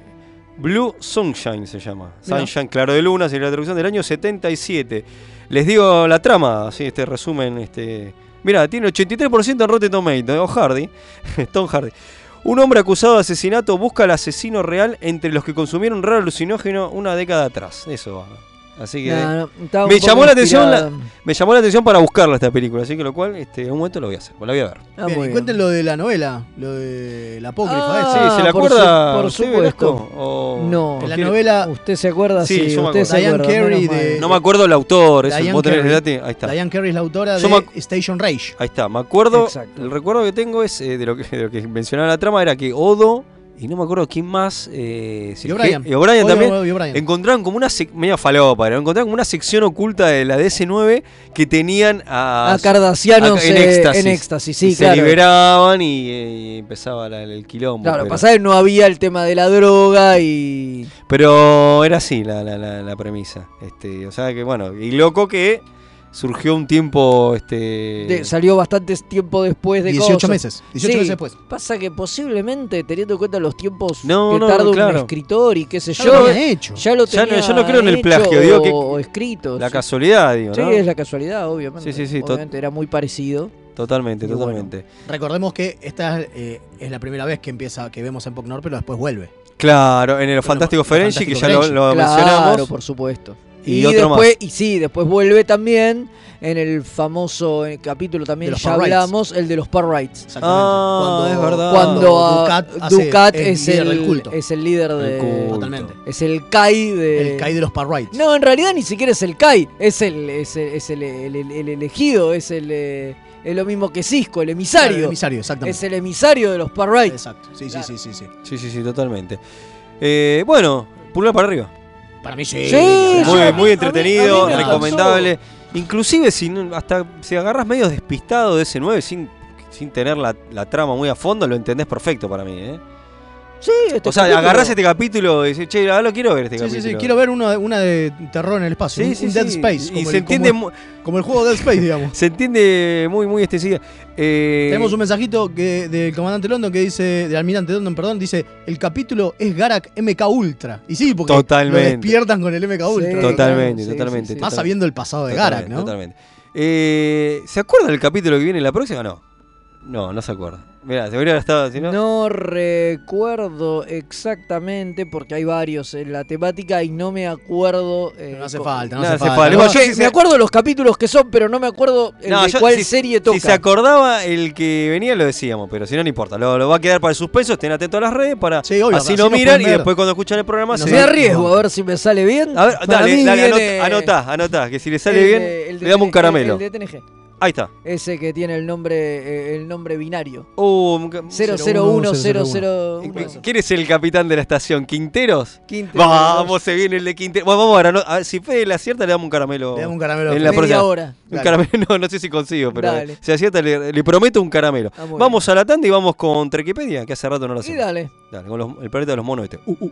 Blue Sunshine se llama. Mirá. Sunshine, claro de luna, sería la traducción del año 77. Les digo la trama, así este resumen. Este, Mira, tiene 83% en Rotten Tomatoes. O Hardy, (laughs) Tom Hardy. Un hombre acusado de asesinato busca al asesino real entre los que consumieron raro alucinógeno una década atrás. Eso va. Así que No, no, estaba un eh, me poco llamó la atención, la- inspirado. me llamó la atención para buscarla esta película, así que lo cual, este, en un momento lo voy a hacer, la voy a ver. Bien, Ah, muy y bien. eh, cuenten lo de la novela, lo de la apócrifa. Ah, Sí, esa. ¿se la por acuerda? su- por usted, supuesto. Velasco? O- No. la ¿O quiere- novela Usted se acuerda, Sí, sí, yo me usted acuerdo. se Diane acuerda. Carey menos mal. de- No me acuerdo el autor, es, Diane vos tenés el Carey. dato, ahí está. Diane Carey es la autora Yo de me- Station Rage. Ahí está, me acuerdo, Exacto. el recuerdo que tengo es eh, de, lo que, de lo que mencionaba la trama, era que Odo y no me acuerdo quién más, eh, si Y el O'Brien. que- y O'Brien Odo también, y O'Brien. encontraron como una, sec- medio falopa, pero encontraron como una sección oculta de la DC9 que tenían a... A Cardassianos, a- Ah, en, eh, éxtasis. en éxtasis, Ah, sí, Y claro. Se liberaban y, eh, y empezaba la- el quilombo. Claro, pero, pasaba que no había el tema de la droga y... pero era así la, la- la- la premisa. Este, o sea que bueno, y loco que surgió un tiempo... Este, de- salió bastante tiempo después de 18 cosas. meses. 18 Sí, meses después. Pasa que posiblemente, teniendo en cuenta los tiempos No, que no, tarda un claro. escritor y qué sé Ya yo, lo habían hecho. ya lo Ya no- tenía yo no creo en el hecho plagio, digo que- o escrito. La sí. casualidad, digo, Sí, ¿no? es la casualidad, obviamente. Sí, sí, sí, tot- Obviamente, era muy parecido. Totalmente, Y bueno. totalmente. Recordemos que esta eh, es la primera vez que empieza, que vemos en Pop Nord, pero después vuelve. Claro, en el Fantástico el Ferengi, que Fantástico ya lo, Ferengi. lo Claro, mencionamos. por supuesto. Y Y, otro más. después, y sí, después vuelve también en el famoso eh, capítulo De también los ya Power Rights. hablamos, el de los Power Rights. Ah, es verdad. Cuando Ducat Ducat, hace- es, líder el, del culto. es el líder El de. culto. Totalmente. Es el Kai de. El Kai de los Parrights. No, en realidad ni siquiera es el Kai, es el, es el, es el, el- el- el elegido, es el eh, es lo mismo que Cisco, el Claro, emisario. el emisario, exactamente. Es el emisario de los Parrights. Exacto. Sí, Claro. sí, sí, sí, sí. Sí, sí, sí, totalmente. Eh, bueno, pulgar para arriba. Para mí sí. Sí, ni Muy, a hablar. mí- muy a mí- entretenido, a mí me recomendable. Inclusive, si no- hasta si agarras medio despistado de ese 9 sin, sin tener la, la trama muy a fondo, lo entendés perfecto para mí. ¿eh? Sí, este o sea, capítulo- agarrás este capítulo y dices, che, ahora lo quiero ver este Sí, sí, capítulo. sí, quiero ver una, una de terror en el espacio. Sí, un, sí, un Dead sí. Space. como Y se el- como entiende el- como el juego Dead Space, digamos. Se entiende muy, muy estesidad. Eh, Tenemos un mensajito que, del comandante London que dice, del almirante London, perdón, dice, el capítulo es Garak MK Ultra. Y sí, porque Totalmente. lo despiertan con el MK Ultra. totalmente, totalmente. Más sabiendo el pasado de Garak, ¿no? Totalmente. Eh, ¿Se acuerda del capítulo que viene la próxima o no? No, no se acuerda. Mirá, se hubiera estado, si no. No recuerdo exactamente porque hay varios en la temática y no me acuerdo. eh, No hace co- falta, no, No hace hace falta. falta. No, Yo- me se- acuerdo los capítulos que son, pero no me acuerdo el No, de yo- cuál si- serie toca. Si se acordaba el que venía lo decíamos, pero si no, no importa. Lo, lo va a quedar para el suspenso, estén atentos a las redes para Sí, obvio, así así lo lo miran pueden y ver. después cuando escuchan el programa me arriesgo a ver si me sale bien. A ver, Para dale, mí dale, viene anota- anotá, anotá, que si le sale el bien, de- el de le damos un TNG, caramelo. El de TNG. Ahí está. Ese que tiene el nombre, eh, el nombre binario. Uh, un ca- 001001. ¿Quién es el capitán de la estación? ¿Quinteros? Quinteros. Vamos, se viene el de Quinteros. Bueno, vamos a, ver, ano- a ver, si Fede le acierta, le damos un caramelo. Le damos un caramelo a En la Fede. próxima. Media hora. Un Dale. caramelo, (laughs) no, no sé si consigo, pero Dale. si acierta, le, le prometo un caramelo. Ah, muy vamos a la tanda y vamos con Trequipedia, que hace rato no lo Y hacemos. dale. Dale, con los- el planeta de los monos este. Uh, uh.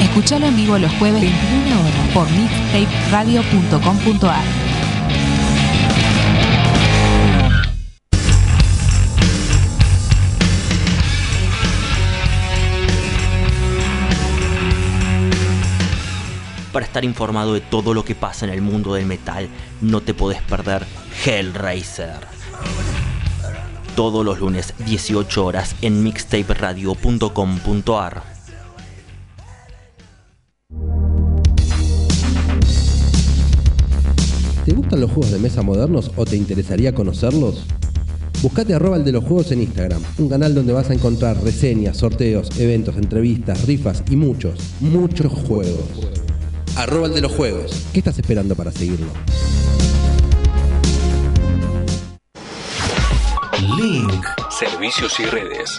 Escuchalo en vivo los jueves 21 horas por mixtaperadio.com.ar. Para estar informado de todo lo que pasa en el mundo del metal, no te podés perder Hellraiser. Todos los lunes, 18 horas, en mixtaperadio.com.ar. ¿Te gustan los juegos de mesa modernos o te interesaría conocerlos? Buscate arroba el de los juegos en Instagram, un canal donde vas a encontrar reseñas, sorteos, eventos, entrevistas, rifas y muchos, muchos juegos. Arroba el de los juegos. ¿Qué estás esperando para seguirlo? Link. Servicios y redes.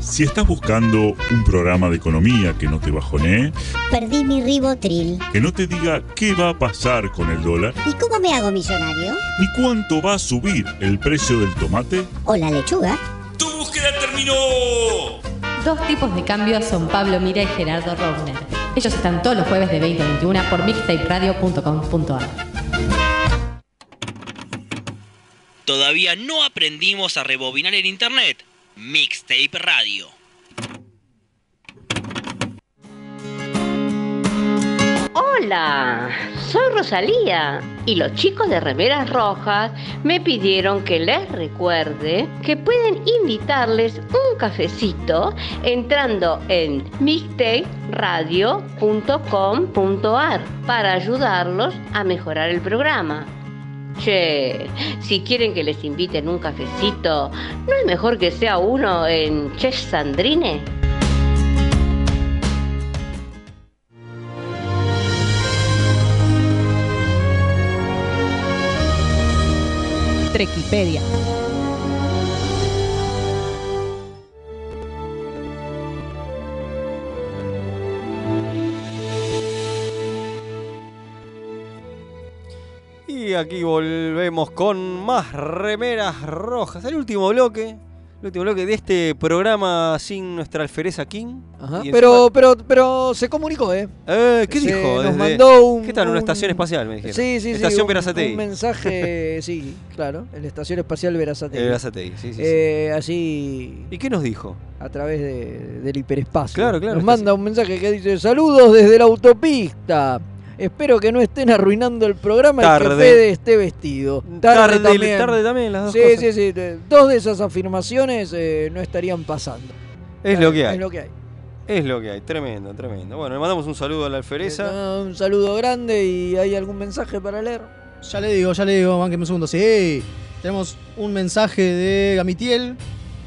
Si estás buscando un programa de economía que no te bajonee, Perdí mi ribotril. que no te diga qué va a pasar con el dólar, ¿Y cómo me hago millonario? ni cuánto va a subir el precio del tomate, ¿O la lechuga? Dos tipos de cambios son Pablo Mira y Gerardo Rovner. Ellos están todos los jueves de 20 a 21 por mixtaperadio.com.ar. Todavía no aprendimos a rebobinar en internet. Mixtape Radio. Hola, soy Rosalía y los chicos de Remeras Rojas me pidieron que les recuerde que pueden invitarles un cafecito entrando en mixtaperadio.com.ar para ayudarlos a mejorar el programa. Che, si quieren que les inviten un cafecito, ¿no es mejor que sea uno en Che Sandrine? Trequipedia. Y aquí volvemos con más remeras rojas. El último bloque. El último bloque de este programa sin nuestra alfereza King. Y Pero, pero, pero se comunicó, ¿eh? Eh, ¿Qué Se dijo? Nos Desde- mandó un. ¿Qué tal? Una un- estación espacial, me dijeron. Sí, sí, sí. Estación un- Verazatei. Un mensaje, sí, claro. En la Estación (laughs) Espacial Verazatei. Eh, Verazatei, sí, sí, sí. Eh, así. ¿Y qué nos dijo? A través de- del hiperespacio. Claro, claro, Nos está manda un mensaje que dice: Saludos desde la autopista. Espero que no estén arruinando el programa y que Tarde. Fede esté vestido. Tarde, Tarde, también. tarde también, las dos sí, cosas. Sí, sí, de- Dos de esas afirmaciones eh, no estarían pasando. Es lo que hay. Es lo que hay. Es lo que hay, tremendo, tremendo. Bueno, le mandamos un saludo a la alfereza. Ah, Un saludo grande y hay algún mensaje para leer. Ya le digo, ya le digo, banqueme un segundo. Sí, tenemos un mensaje de Gamitiel.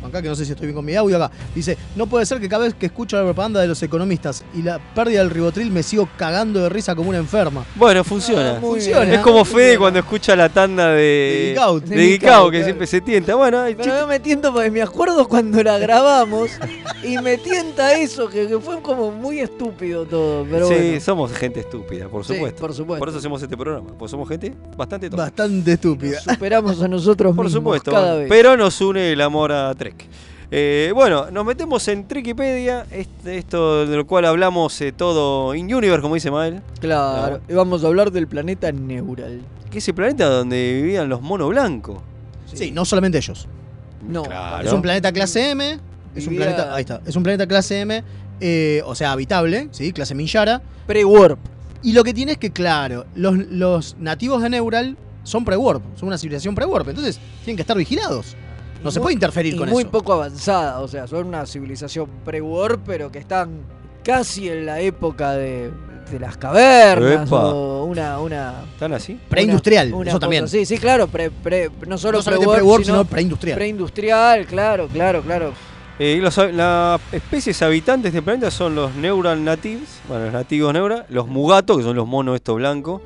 Acá que no sé si estoy bien con mi audio acá. Dice, no puede ser que cada vez que escucho la propaganda de los economistas y la pérdida del ribotril me sigo cagando de risa como una enferma. Bueno, Ah, funciona. muy Funciona. bien. Es ¿eh? como Fede cuando escucha la tanda de. De Geek Out. de De Geek Geek Out, Out, que siempre se tienta. Bueno, ay, Pero yo me tiento porque me acuerdo cuando la grabamos y me tienta eso, que, que fue como muy estúpido todo. Pero sí, bueno. somos gente estúpida, por Sí, supuesto. por supuesto. eso hacemos este programa, porque somos gente bastante tonta. Bastante estúpida. Superamos a (laughs) nosotros Por mismos supuesto, cada bueno, vez. pero nos une el amor a Trek. Eh, bueno, nos metemos en Trekipedia, este- esto de lo cual hablamos eh, todo in universe, como dice Mael. Claro. Y vamos a hablar del planeta Neural. Que es el planeta donde vivían los monos blancos. Sí, no solamente ellos. No. Claro. Es un planeta clase M. Es un Vivía- planeta, ahí está. Es un planeta clase M, eh, o sea, habitable, ¿sí? Clase Minjara. Pre-warp. Y lo que tiene es que, claro, los, los nativos de Neural son pre-warp, son una civilización pre-warp. Entonces, tienen que estar vigilados. No se Muy- puede interferir y con muy eso. poco avanzada, o sea, son una civilización pre-war, pero que están casi en la época de, de las cavernas Epa. o una... una ¿Están así? Preindustrial, una- una eso cosa- también. Sí, sí, claro, pre- pre- no solo No solamente pre-war, pre-war, sino preindustrial. Preindustrial, claro, claro, claro. Eh, y los hab- las especies habitantes de este planeta son los Neural Natives, bueno, los nativos Neural, los Mugatos, que son los monos estos blancos.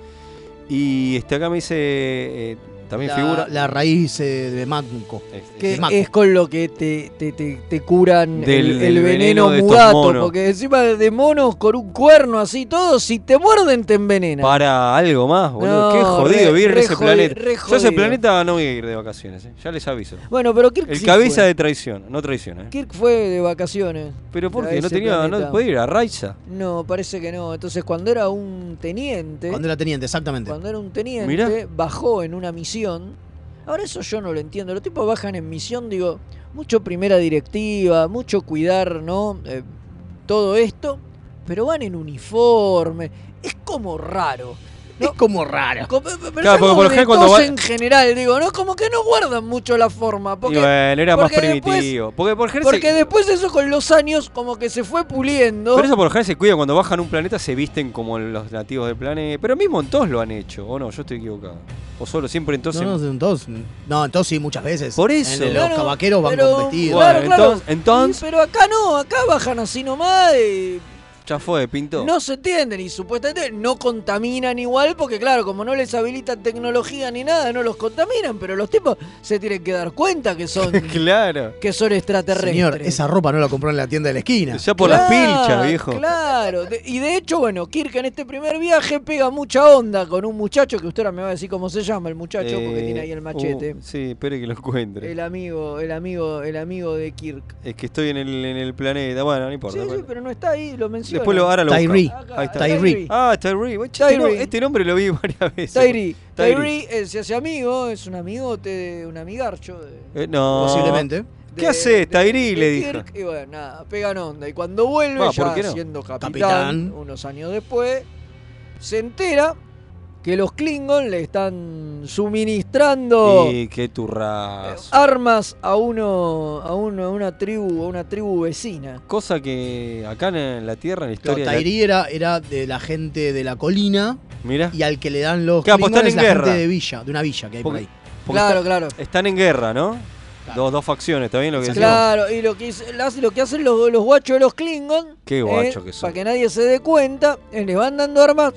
Y este acá me dice, eh, también la, figura... este, la raíz eh, de Manco. Que De Manco. es con lo que te, te, te- te curan Del- el, el del veneno, veneno de estos mudato, monos. porque encima de monos con un cuerno así todo, si te muerden te envenenan. Para algo más, boludo. No, Qué jodido re- vivir en re ese jodi- planeta. re Yo a ese jodido. planeta no voy a ir de vacaciones, eh, ya les aviso. Bueno, pero Kirk El sí cabeza fue. de traición, no traiciona. eh. Kirk fue de vacaciones. Pero a porque no ese tenía, no planeta. podía ir a Raiza. No, parece que no. Entonces, cuando era un teniente, Cuando era teniente, exactamente. cuando era un teniente, Mirá. bajó en una misión. Ahora eso yo no lo entiendo. Los tipos bajan en misión, digo, mucho primera directiva, mucho cuidar, ¿no? Eh, todo esto, pero van en uniforme. Es como raro. Es como raro. Como- pero Claro, porque algo por lo de general cuando todos va- en general, digo, ¿no? Como que no guardan mucho la forma. Porque, y bueno, era más porque después- primitivo. porque por ejemplo, porque después eso con los años como que se fue puliendo. Pero eso por lo general se cuida cuando bajan un planeta se visten como los nativos del planeta. Pero mismo en todos lo han hecho, o no, yo estoy equivocado. O solo siempre entonces. No, no, entonces, no, entonces sí, muchas veces. Por eso. En el- Claro, los cavaqueros van pero- con vestidos. Bueno, entonces, entonces Sí, pero acá no, acá bajan así nomás y ya fue, pintó. no se entienden y supuestamente no contaminan igual porque claro, como no les habilitan tecnología ni nada, no los contaminan, pero los tipos se tienen que dar cuenta que son (laughs) (laughs) Claro. que son extraterrestres. Señor, esa ropa no la compró en la tienda de la esquina. Ya por las Claro, pilchas, viejo. Claro, De- y de hecho, bueno, Kirk en este primer viaje pega mucha onda con un muchacho que usted ahora me va a decir cómo se llama el muchacho porque Eh, tiene ahí el machete. uh, sí, espere que lo encuentre. El amigo, el amigo, el amigo de Kirk. Es que estoy en el, en el planeta. Bueno, no importa. Sí, sí, pero no está ahí, lo menciona. Después lo, ahora lo Tyree. buscamos. Ahí está. Tyree. Ah, Tyree. Bueno, che, este no- Tyree. Este nombre lo vi (laughs) varias veces. Tyree. Tyree. Tyree eh, se hace amigo, es un amigote, de- un amigarcho. de- Eh, no. Posiblemente. ¿Qué haces, Tyree? de Le dijo. Kirk, Y bueno, nada, pegan onda. Y cuando vuelve, Ah, ¿por ya qué no? siendo capitán, Capitán. unos años después, se entera que los Klingon le están suministrando Y qué turras. armas a uno, a uno, a una tribu, a una tribu vecina. Cosa que acá en la Tierra, en la Claro, historia. de la- Tairi era, era de la gente de la colina Mirá. y al que le dan los Claro, pues Klingons están es en la guerra. gente de villa, de una villa que hay por Porque- ahí. porque Claro, está- claro. Están en guerra, ¿no? Dos, dos facciones, ¿está bien lo que decimos? Claro, y lo que, hice- lo hace- lo que hacen los, los guachos de los Klingon. Qué guacho que son. eh, Para que nadie se dé cuenta, eh, les van dando armas.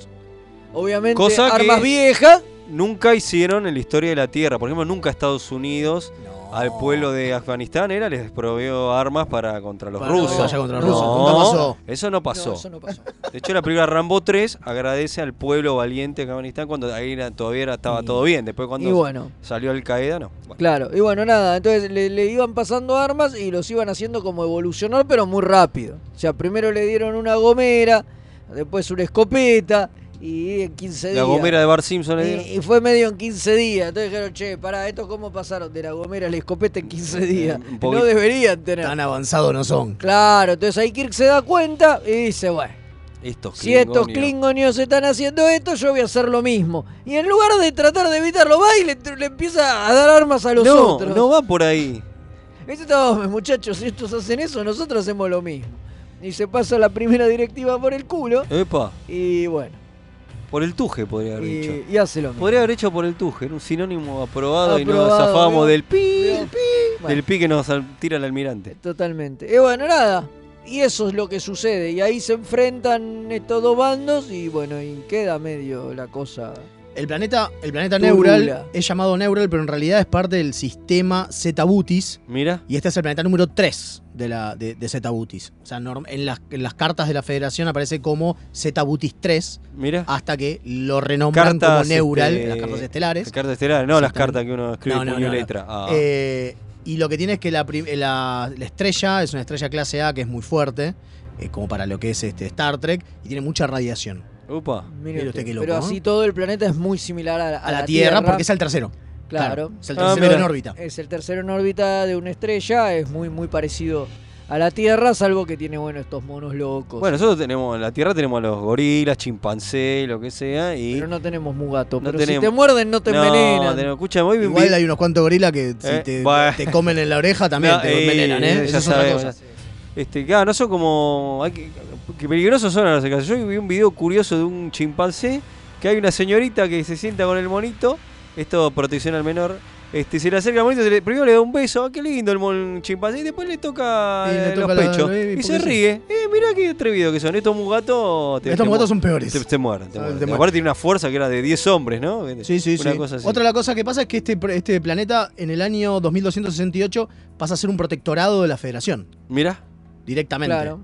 Obviamente, Cosa que- armas viejas. nunca hicieron en la historia de la Tierra. Por ejemplo, nunca Estados Unidos al pueblo de Afganistán era les proveó armas para contra los Para la rusos. batalla contra los rusos, No, nunca pasó. Eso no pasó. No, eso no pasó. De hecho, la película Rambo 3 agradece al pueblo valiente de Afganistán cuando ahí era- todavía era- estaba todo bien. Después cuando y bueno. salió Al Qaeda, no. Claro, y bueno, nada, entonces le, le iban pasando armas y los iban haciendo como evolucionar, pero muy rápido. O sea, primero le dieron una gomera, después una escopeta, y en 15 días. La gomera de Bart Eh, Simpson. le dieron. Y, y fue medio en 15 días. Entonces dijeron, che, pará, ¿esto cómo pasaron de la gomera a la escopeta en 15 Eh, días? un poquito. No deberían tener. Tan avanzados no son. Claro, entonces ahí Kirk se da cuenta y dice, bueno, Estos si estos Klingonios. klingonios están haciendo esto, yo voy a hacer lo mismo. Y en lugar de tratar de evitarlo, va y le, le empieza a dar armas a los no, otros. no va por ahí. Dice, "No, (laughs) muchachos, si estos hacen eso, nosotros hacemos lo mismo. Y se pasa la primera directiva por el culo Epa, y bueno, por el tuje podría haber y, dicho. y hace lo mismo. Podría haber hecho por el tuje, era un sinónimo aprobado, y nos Aprobado, zafábamos ¿vio? del pi, ¿Vio? el pi, Bueno. del pi que nos al- tira el almirante. Totalmente. Y bueno, nada. Y eso es lo que sucede. Y ahí se enfrentan estos dos bandos y bueno, y queda medio la cosa. El planeta, el planeta Turula. Neural es llamado Neural, pero en realidad es parte del sistema Zetabutis. Mira. Y este es el planeta número 3 de, la, de, de Zetabutis. O sea, norm- en las, en las cartas de la Federación aparece como Zetabutis 3. Mira. Ah, Hasta que lo renombran como Neural, este, las cartas estelares. Las cartas estelares, no las cartas que uno escribe con letra. Ah. Eh, y lo que tiene es que la, prim- la- la estrella es una estrella clase A que es muy fuerte, eh, como para lo que es este Star Trek, y tiene mucha radiación. Upa. Mire Mire usted. usted qué Pero loco, así ¿no? todo el planeta es muy similar a, A la, tierra, porque es el tercero. Claro. Es el Ah, tercero mira. en órbita. Es el tercero en órbita de una estrella, es muy, muy parecido a la Tierra, salvo que tiene, bueno, estos monos locos. Bueno, nosotros tenemos, en la Tierra tenemos a los gorilas, chimpancés, lo que sea, y pero no tenemos mugato. no pero tenemos- si te muerden, no te envenenan. tenemos- escuchame, hoy Eh, vi un Igual video- hay unos cuantos gorilas que si Eh, te, bueno. te comen en la oreja también (laughs) No, te envenenan, ¿eh? Eso Ya es otra sabemos. cosa. Este, claro, no son como. hay que, que peligrosos son a los casos. Yo vi un video curioso de un chimpancé que hay una señorita que se sienta con el monito. Esto protección al menor. Este, se le acerca al monito, se le- primero le da un beso, ah, qué lindo el mon- chimpancé, y después le toca, Y le eh, toca los la- pechos. la- y ¿por se qué sí? ríe. Eh, mirá qué atrevido que son. Estos mugatos. te- Estos te mugatos mu- son peores. Te, te mueren, te Ah, mueren. te mueren. Aparte tiene una fuerza que era de 10 hombres, ¿no? Sí, sí, Una sí. cosa así. Otra de las cosas que pasa es que este, pr- este planeta en el año 2268 pasa a ser un protectorado de la Federación, Mirá. directamente. Claro.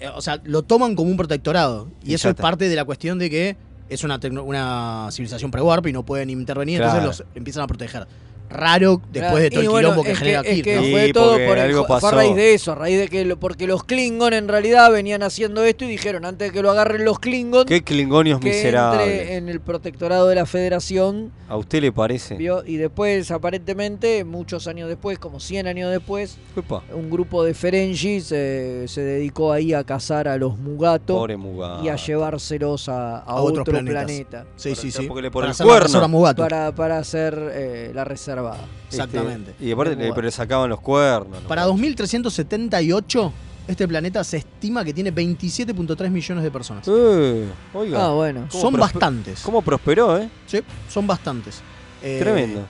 Eh, O sea, lo toman como un protectorado. Y, Y eso ya es está. parte de la cuestión de que es una, tecno- una civilización pre-warp y no pueden intervenir, Claro. entonces los empiezan a proteger. Raro después de todo Y el bueno, quilombo que es genera es Kirk, que ¿no? Sí, fue todo porque por el- algo fue a pasó. raíz de eso, a raíz de que lo- porque los Klingon en realidad venían haciendo esto y dijeron antes de que lo agarren los Klingon Qué klingonios que miserables. entre en el protectorado de la Federación ¿A usted le parece? ¿vio? y después aparentemente muchos años después, como 100 años después, Upa, un grupo de Ferengi se, se dedicó ahí a cazar a los Mugato pobre Mugato. y a llevárselos a, a A otro otros planetas. planeta Sí, sí, sí. Porque le ponen Para el hacer la cuerno. reserva Mugato. para, para hacer eh, la reservada. Este, Exactamente. y aparte, le- Mugato. pero le sacaban los cuernos. ¿no? Para 2378, este planeta se estima que tiene 27.3 millones de personas. Eh, oiga. Ah, bueno. ¿Cómo Son prospe- bastantes. ¿Cómo prosperó, eh? Sí, son bastantes. Eh, Tremendo.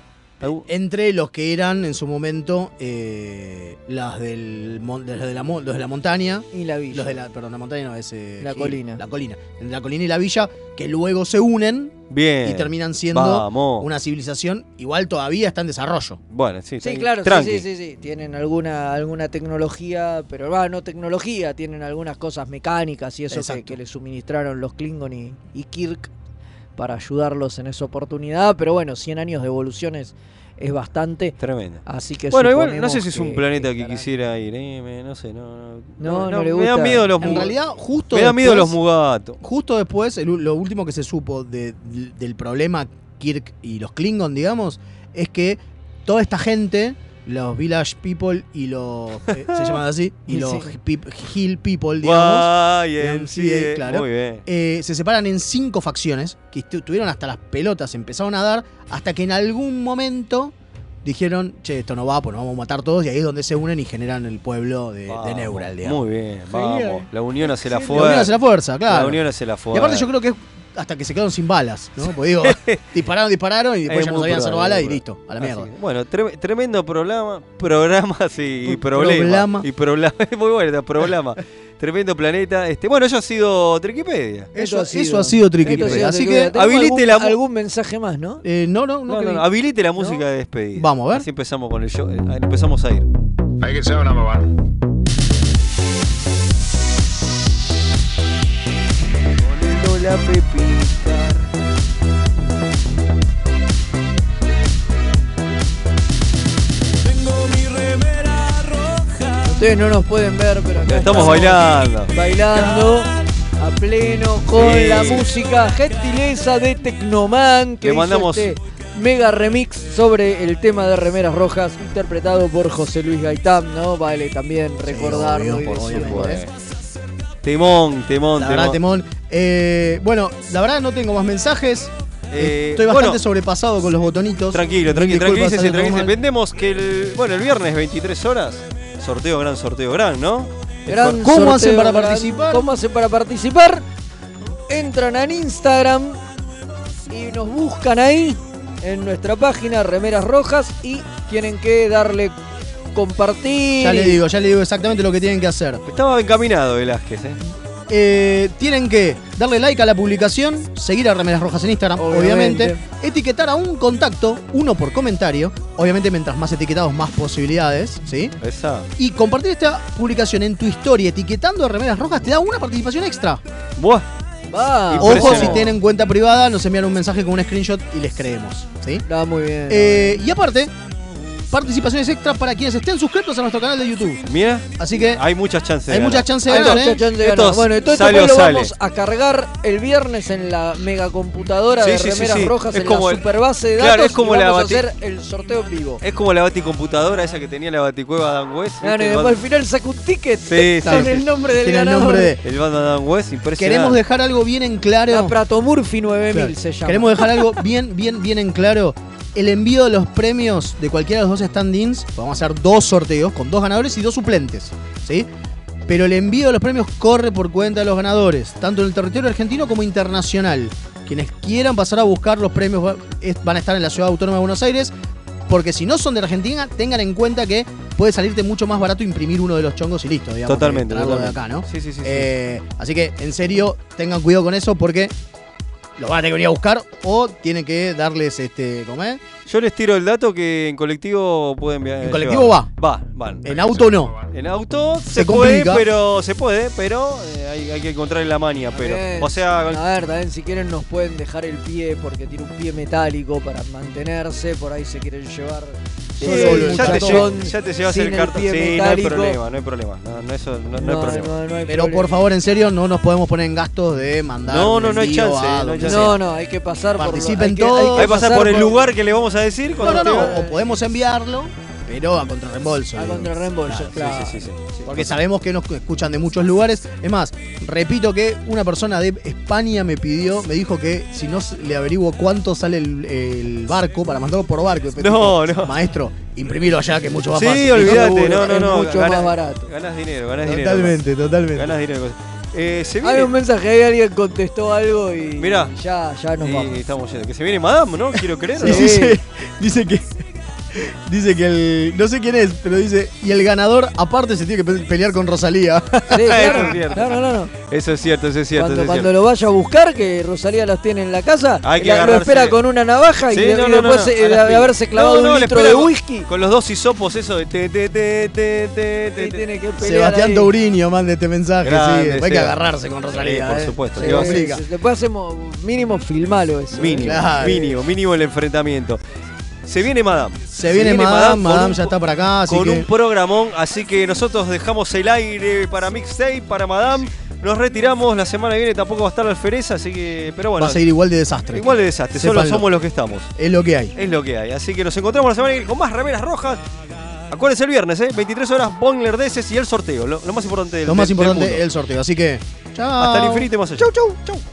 Entre los que eran en su momento eh, las del mon- los de, la, mon- los de la montaña. Y la villa. Los de la, perdón, la montaña no es. eh, La Gil, colina. La colina. Entre la colina y la villa, que luego se unen Bien. y terminan siendo Vamos. una civilización. Igual todavía está en desarrollo. Bueno, sí. Sí, tranqui- claro, sí, tranqui. sí, sí, sí. Tienen alguna, alguna tecnología, pero va, no tecnología, tienen algunas cosas mecánicas y eso que, Exacto. que le suministraron los Klingon y, y Kirk para ayudarlos en esa oportunidad. Pero bueno, 100 años de evoluciones es bastante, Tremendo. así que Bueno, igual no suponemos sé si es un que- planeta que quisiera ir, eh, me- no sé, no, no, No, no le me gusta. dan miedo los En mu- realidad, justo. me dan miedo los después- mugatos. Justo después, el u- lo último que se supo de- del problema Kirk y los Klingon, digamos, es que toda esta gente, los Village People y los. eh, se llaman así, y Sí. los hip- Hill People, digamos, YMCA. YMCA, claro. Muy bien. eh, se separan en cinco facciones que estu- tuvieron hasta las pelotas, empezaron a dar, hasta que en algún momento dijeron, che, esto no va, pues nos vamos a matar todos, y ahí es donde se unen y generan el pueblo Eh, de, de Vamos, Neural, digamos. Muy bien, vamos. La unión hace la La unión fuerza. hace la fuerza, claro. La unión hace la Y fuerza. aparte yo creo que es hasta que se quedaron sin balas, ¿no? Porque (laughs) digo, dispararon, dispararon y después Eh, ya no sabían hacer probable, balas y listo, probable. Ah, a la Así mierda. que, Bueno, tre- tremendo programa, (laughs) programas y, y problema. problemas. Y problema. (laughs) Muy (laughs) bueno, programa. tremendo planeta. Este, bueno, eso ha sido Triquipedia. Eso ha sido- eso ha sido Triquipedia. Esto ha sido Así Triquipedia. que Tenemos habilite algún- la mu- algún mensaje más, ¿no? Eh, no, no, No, no, no, habilite la música de despedida. Vamos a ver. Así empezamos con el show. eh, Empezamos a ir. Make it so, number one. la pepita. Ustedes no nos pueden ver, pero acá Estamos bailando. Bailando a pleno con Sí. la música gentileza de Tecnoman que Le hizo mandamos- este mega remix sobre el tema de Remeras Rojas interpretado por José Luis Gaitán, ¿no? Vale también recordarlo y decirlo, ¿eh? Temón, temón, La temón. verdad, Temón. Eh, bueno, la verdad no tengo más mensajes. Eh, Estoy bastante bueno. sobrepasado con los botonitos. Tranquilo, tranquilo, Disculpas, tranquilícese, algo tranquilícese. mal. Vendemos que el, bueno, el viernes 23 horas, sorteo gran, sorteo gran, ¿no? ¿eh? Gran ¿Cómo sorteo, hacen para gran- participar? ¿Cómo hacen para participar? Entran en Instagram y nos buscan ahí en nuestra página Remeras Rojas y tienen que darle compartir. Ya le y- digo, ya le digo exactamente lo que tienen que hacer. Estaba encaminado Velázquez, ¿eh? Eh, tienen que darle like a la publicación, seguir a Remeras Rojas en Instagram, obviamente. Obviamente. etiquetar a un contacto, uno por comentario, obviamente mientras más etiquetados más posibilidades, ¿sí? Esa. Y compartir esta publicación en tu historia etiquetando a Remeras Rojas te da una participación extra. Buah. Va. Ojo si Impresionante. tienen cuenta privada, nos envían un mensaje con un screenshot y les creemos, ¿sí? Está muy bien. Eh, y aparte, participaciones extra para quienes estén suscritos a nuestro canal de YouTube. Mira, Así que hay muchas chances. de hay muchas ganar. chances de Hay ganar, mucha ¿eh? chance de ganar. Estos Bueno, entonces sale después o lo sale. vamos a cargar el viernes en la megacomputadora Sí, de sí, sí, Remeras sí. Rojas, Es en como la el- superbase de Claro, datos. es como y la vamos bati- a hacer el sorteo en vivo. Es como la baticomputadora esa que tenía la baticueva Dan West. Claro, ¿viste? y El después bando- al final saca un ticket Sí, sí, con sí. el nombre del Tiene el ganador. nombre de- El bando Dan West, impresionante. Queremos dejar algo bien en claro. La Pratomurphy 9000 Claro. se llama. Queremos dejar algo bien, bien, bien en claro. El envío de los premios de cualquiera de los dos stand-ins, vamos a hacer dos sorteos con dos ganadores y dos suplentes, ¿sí? Pero el envío de los premios corre por cuenta de los ganadores, tanto en el territorio argentino como internacional. Quienes quieran pasar a buscar los premios va- es- van a estar en la ciudad autónoma de Buenos Aires, porque si no son de Argentina, tengan en cuenta que puede salirte mucho más barato imprimir uno de los chongos y listo, digamos. que Totalmente, traerlo de totalmente. acá, ¿no? Sí, sí, sí, sí. Eh, así que, en serio, tengan cuidado con eso porque los van a tener que venir a buscar o tienen que darles este. ¿Cómo es? Yo les tiro el dato que en colectivo pueden viajar. eh, En colectivo Va, van. En auto no. En auto se, Se puede, complica. pero se puede, pero eh, hay, hay que encontrar la manía, pero. Bien. O sea, a ver, también si quieren nos pueden dejar el pie porque tiene un pie metálico para mantenerse, por ahí se quieren llevar Sí, solo el eh, ya, te cartón lle- ya te llevas sin el cartón. pie Sí, no hay metálico. problema, no hay problema. No, no, eso, no, no No, hay problema. no, no hay Pero problema. por favor, en serio, no nos podemos poner en gastos de mandar. No, un no, no hay envío chance, a no hay donde chance. sea. No, no, hay que pasar por lo- Participen hay que- hay que todos. Hay que pasar por el por- lugar que le vamos a decir. No, no, cuando no. te- O podemos enviarlo, pero a contrarreembolso. A digamos. contrarreembolso, claro. Sí, sí, sí, sí. Porque sabemos que nos escuchan de muchos lugares. Es más, repito que una persona de España me pidió, me dijo que si no se- le averiguo cuánto sale el, el barco para mandarlo por barco. No, no. Maestro, imprimilo allá que es mucho más Sí, fácil. olvídate, Seguro. no, no, es no. mucho más barato. Ganas dinero, ganas dinero. Totalmente, totalmente. Ganas dinero. Eh, se Hay un viene. mensaje ahí, alguien contestó algo y Mirá. ya, ya nos Y (laughs) vamos. estamos yendo. Que se viene Madame, ¿no? Quiero creerlo. Sí, sí, sí. Dice que. Dice que el. No sé quién es, pero dice. Y el ganador, aparte, se tiene que pe- pelear con Rosalía. (laughs) Sí, Eso es claro. cierto. No, no, no, no. Eso es cierto, eso es cierto. cuando eso es cuando cierto. lo vaya a buscar, que Rosalía los tiene en la casa, Hay que la- lo agarrarse. espera con una navaja Sí, y, de- no, y no, no, después no, eh, a de, la de haberse pi- clavado No, no, un le litro espera de con- whisky. Con los dos hisopos, eso de te, te, te, te, te, te, y tiene que pelear Sebastián ahí. Tourinho manda este mensaje. Grande, sí, hay que Seba. agarrarse con Rosalía. Sí, por eh. supuesto, Se ¿qué va a hacer? complica. Sí, Después hacemos mínimo filmalo eso. Mínimo, Claro. mínimo, mínimo el enfrentamiento. Se viene Madame. Se viene Madame, con Madame un- ya está para acá, así Con que. un programón, así que nosotros dejamos el aire para Mixtape, para Madame. Nos retiramos, la semana que viene tampoco va a estar la alfereza, así que. Pero bueno. va a seguir igual de desastre. Igual de desastre, solo Sépanlo. somos los que estamos. Es lo que hay. Es lo que hay. Así que nos encontramos la semana que viene con más remeras rojas. Acuérdense el viernes, ¿eh? 23 horas, Bongler DS y el sorteo. Lo, lo más importante del Lo más del- del importante mundo. es el sorteo. Así que. Chao. Hasta el infinito y más allá. Chau, chau, chau.